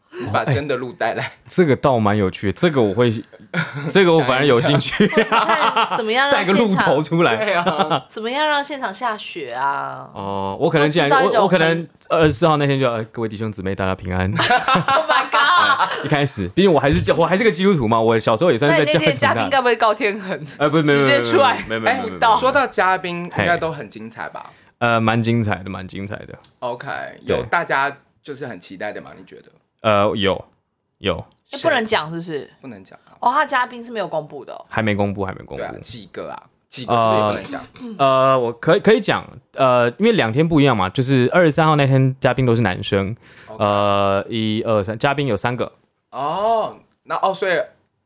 S1: 你把真的鹿带来，
S3: 这个倒蛮有趣的，这个我会， 这个我反而有兴趣，
S2: 看怎么样
S3: 带
S2: 让
S3: 个鹿
S2: 现
S3: 头
S2: 场
S3: 出来。
S1: 啊，
S2: 怎么样让现场下雪 啊？
S3: 哦，我可能既然
S2: 制造一
S3: 我
S2: 种
S3: 我可能
S2: 很
S3: 二十四号那天就要、呃各位弟兄姊妹大家平安。
S2: Oh my god！
S3: 一开始，毕竟我还是我还是个基督徒嘛，我小时候也算
S2: 那
S3: 是
S2: 你
S3: 在
S2: 那
S3: 教
S2: 天
S3: 会
S2: 嘉宾
S3: 长大
S2: 该
S3: 的。
S2: 不会告天恒？
S3: 哎，不，没
S2: 直
S3: 有没
S2: 接
S3: 有没有
S2: 出来
S3: 没有没有没有
S1: 哎
S3: 没有没有
S2: 到
S1: 说到嘉宾应
S3: 嘿
S1: 该都很精彩吧
S3: 呃，蛮精彩的，蛮精彩的。
S1: ？OK，
S3: 对
S1: 有大家就是很期待的嘛？你觉得？
S3: 呃，有有，
S2: 哎不能讲是不是？
S1: 不能讲啊？
S2: 哦，他嘉宾是没有公布的哦。
S3: 还没公布，还没公布
S1: 对。啊，几个啊？几个是不是也不能讲？
S3: 呃，我可以可以讲，呃，因为两天不一样嘛，就是二十三号那天嘉宾都是男生，呃，一二三，嘉宾有三个，
S1: 哦，那哦，所以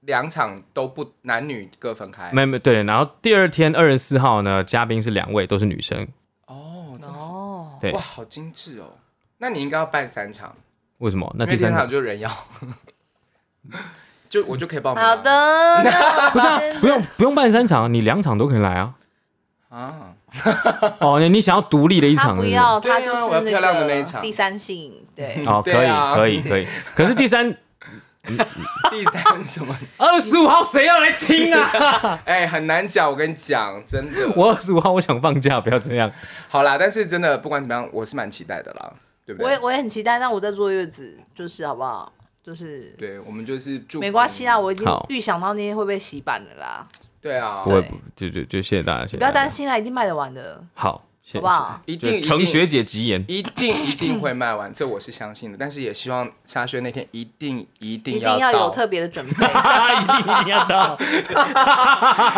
S1: 两场都不男女各分开。
S3: 没没对，然后第二天二十四号呢，嘉宾是两位，都是女生，
S1: 哦，真的
S2: 哦，
S3: 对
S1: 哇，好精致哦。那你应该要办三场，
S3: 为什么？那
S1: 因
S3: 第
S1: 为第
S3: 三
S1: 三
S3: 场
S1: 场就人妖， 就我就可以报名。
S2: 好的，那
S3: 不是啊，不用不用办三场，你两场都可以来啊，
S1: 啊，
S3: 哦，你你想要独立的一
S2: 他
S3: 场，
S2: 不要，
S1: 对啊
S2: 他就是
S1: 我要
S2: 那
S1: 漂亮的那一
S2: 个
S1: 场
S2: 第三性， 对
S3: 是不是哦，可
S1: 对
S3: 以
S1: 啊
S3: 可以可以，可是第三
S1: 第三什么？
S3: 二十五号谁要来听啊？
S1: 哎、很难讲，我跟你讲，真的。
S3: 我二十五号我想放假，不要这样。
S1: 好啦，但是真的不管怎么样，我是蛮期待的啦，
S3: 啊
S1: 对不
S2: 我也
S1: 对？
S2: 我也很期待。那我在坐月子，就是好不好？就是
S1: 对，我们就是祝福
S2: 没关系啊，我已经
S3: 好
S2: 预想到那天会被洗版了啦，
S1: 对啊，
S3: 不会，不就就就谢谢大家，谢谢
S2: 不要
S3: 大家
S2: 担，心啦，一定卖得完的，
S3: 好，
S2: 好
S3: 谢谢
S2: 不。好？
S1: 一
S3: 就
S1: 定
S3: 程学
S1: 一定
S3: 姐吉言，
S1: 一定一定会卖完，这我是相信的。但是也希望沙宣那天一定一定
S2: 一
S1: 要
S2: 定要有
S1: 到
S2: 特别的准备。
S3: 一定一定要到。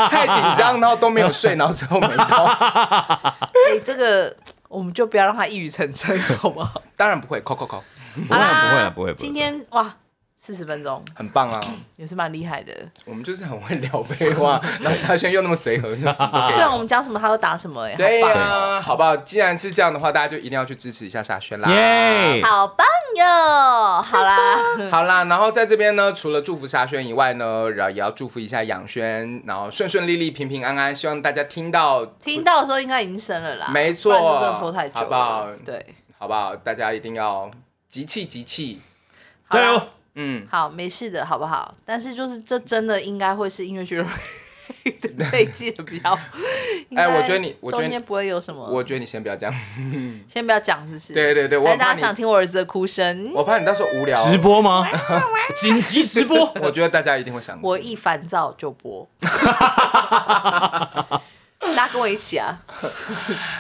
S1: 太紧张，然后都没有睡，然后最后没 到。
S2: 哎、这个我们就不要让它一语成谶，好不 好？
S1: 当然不会，扣扣扣，
S2: 好啦，
S3: 不会啦不会不会
S2: 今天哇，四十分钟
S1: 很棒啊！
S2: 也是蛮厉害的。
S1: 我们就是很会聊废话，然后沙宣又那么随和，就什么都可以
S2: 对啊，
S1: 聊。
S2: 我们讲什么他都答什么、哎，
S1: 对啊
S2: 好
S1: 呀、
S2: 棒哦、
S1: 好不好？既然是这样的话，大家就一定要去支持一下沙宣啦。
S3: 耶！
S2: 好棒哟！好啦，
S1: 好啦，然后在这边呢，除了祝福沙宣以外呢，然后也要祝福一下杨轩，然后顺顺利利、平平安安。希望大家听到，
S2: 听到的时候应该已经生了啦，
S1: 没错
S2: 不然就真的拖太久了，
S1: 好不好
S2: 对，
S1: 好不好？大家一定要集气集气，
S2: 好
S3: 加
S2: 啦
S3: 油！
S1: 嗯，
S2: 好，没事的，好不好？但是就是这真的应该会是音乐剧的这一季的 比较，
S1: 哎我觉得你我觉得
S2: 中
S1: 你
S2: 间不会有什么，
S1: 我觉得你先不要这样，
S2: 先不要讲，是不是？
S1: 对对对我
S2: 还是大
S1: 怕
S2: 家
S1: 你
S2: 想听我儿子的哭声，
S1: 我怕你到时候无聊。
S3: 直，播吗？紧急直播
S1: 我觉得大家一定会想。
S2: 我一烦躁 就播。大家跟我一起啊！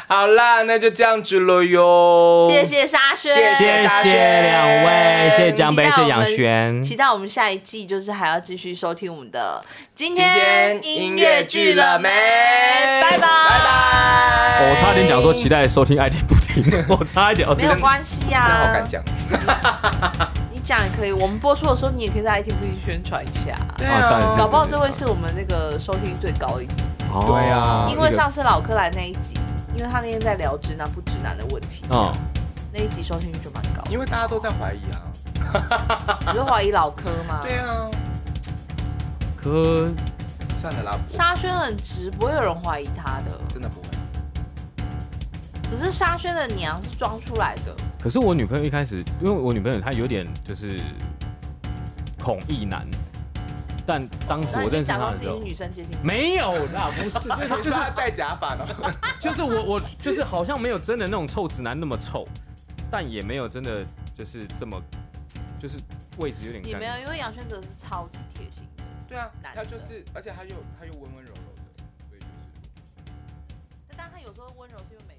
S1: 好啦，那就这样子了哟。
S2: 谢。谢沙宣，
S1: 哦谢
S3: 谢谢两位，谢谢江杯，
S2: 期待
S3: 谢谢
S2: 我
S3: 杨
S2: 们
S3: 轩，
S2: 期待我们下一季就是还要继续收听我们的今
S1: 今天音乐剧了没？
S2: 拜拜
S1: 拜拜。哦
S3: 我差点讲说期待收听爱听不听， 我差一点，
S2: 没有关系呀、
S1: 真
S2: 啊，
S1: 好敢讲。
S2: 你讲也可以，我们播出的时候你也可以在 ITV 宣传一下。
S1: 对
S3: 啊当然是
S2: 搞不好这会是我们那个收听最高的一集，
S3: 哦
S1: 对啊
S2: 因为上次老克来那一集，因为他那天在聊直男不直男的问题，
S3: 嗯，
S2: 那一集收听率就蛮高的。
S1: 因为大家都在怀疑啊。
S2: 你就怀疑老柯吗？
S1: 对啊，
S3: 可
S1: 算了啦，我
S2: 沙宣很直，不会有人怀疑他的。
S1: 真的不会。
S2: 可是沙宣的娘是装出来的，
S3: 可是我女朋友一开始，因为我女朋友她有点就是恐意男，但当时
S2: 那
S3: 我
S2: 你
S3: 认
S2: 就
S3: 识
S2: 假
S3: 她
S2: 装
S3: 的
S2: 自
S3: 时
S2: 己
S3: 候
S2: 是，女生接近。
S3: 没有啦，不是，就是
S1: 就是他 戴假发呢。
S3: 就是我我就是好像没有真的那种臭直男那么臭，但也没有真的就是这么就是位置有点
S2: 你
S3: 尴
S2: 没有，
S3: 尬。
S2: 因为杨轩哲是超级贴心的，
S1: 对啊，
S2: 男
S1: 他
S2: 的
S1: 就是，而且他又他又温温柔柔的，所以就是。
S2: 但但他有时候温柔是因为没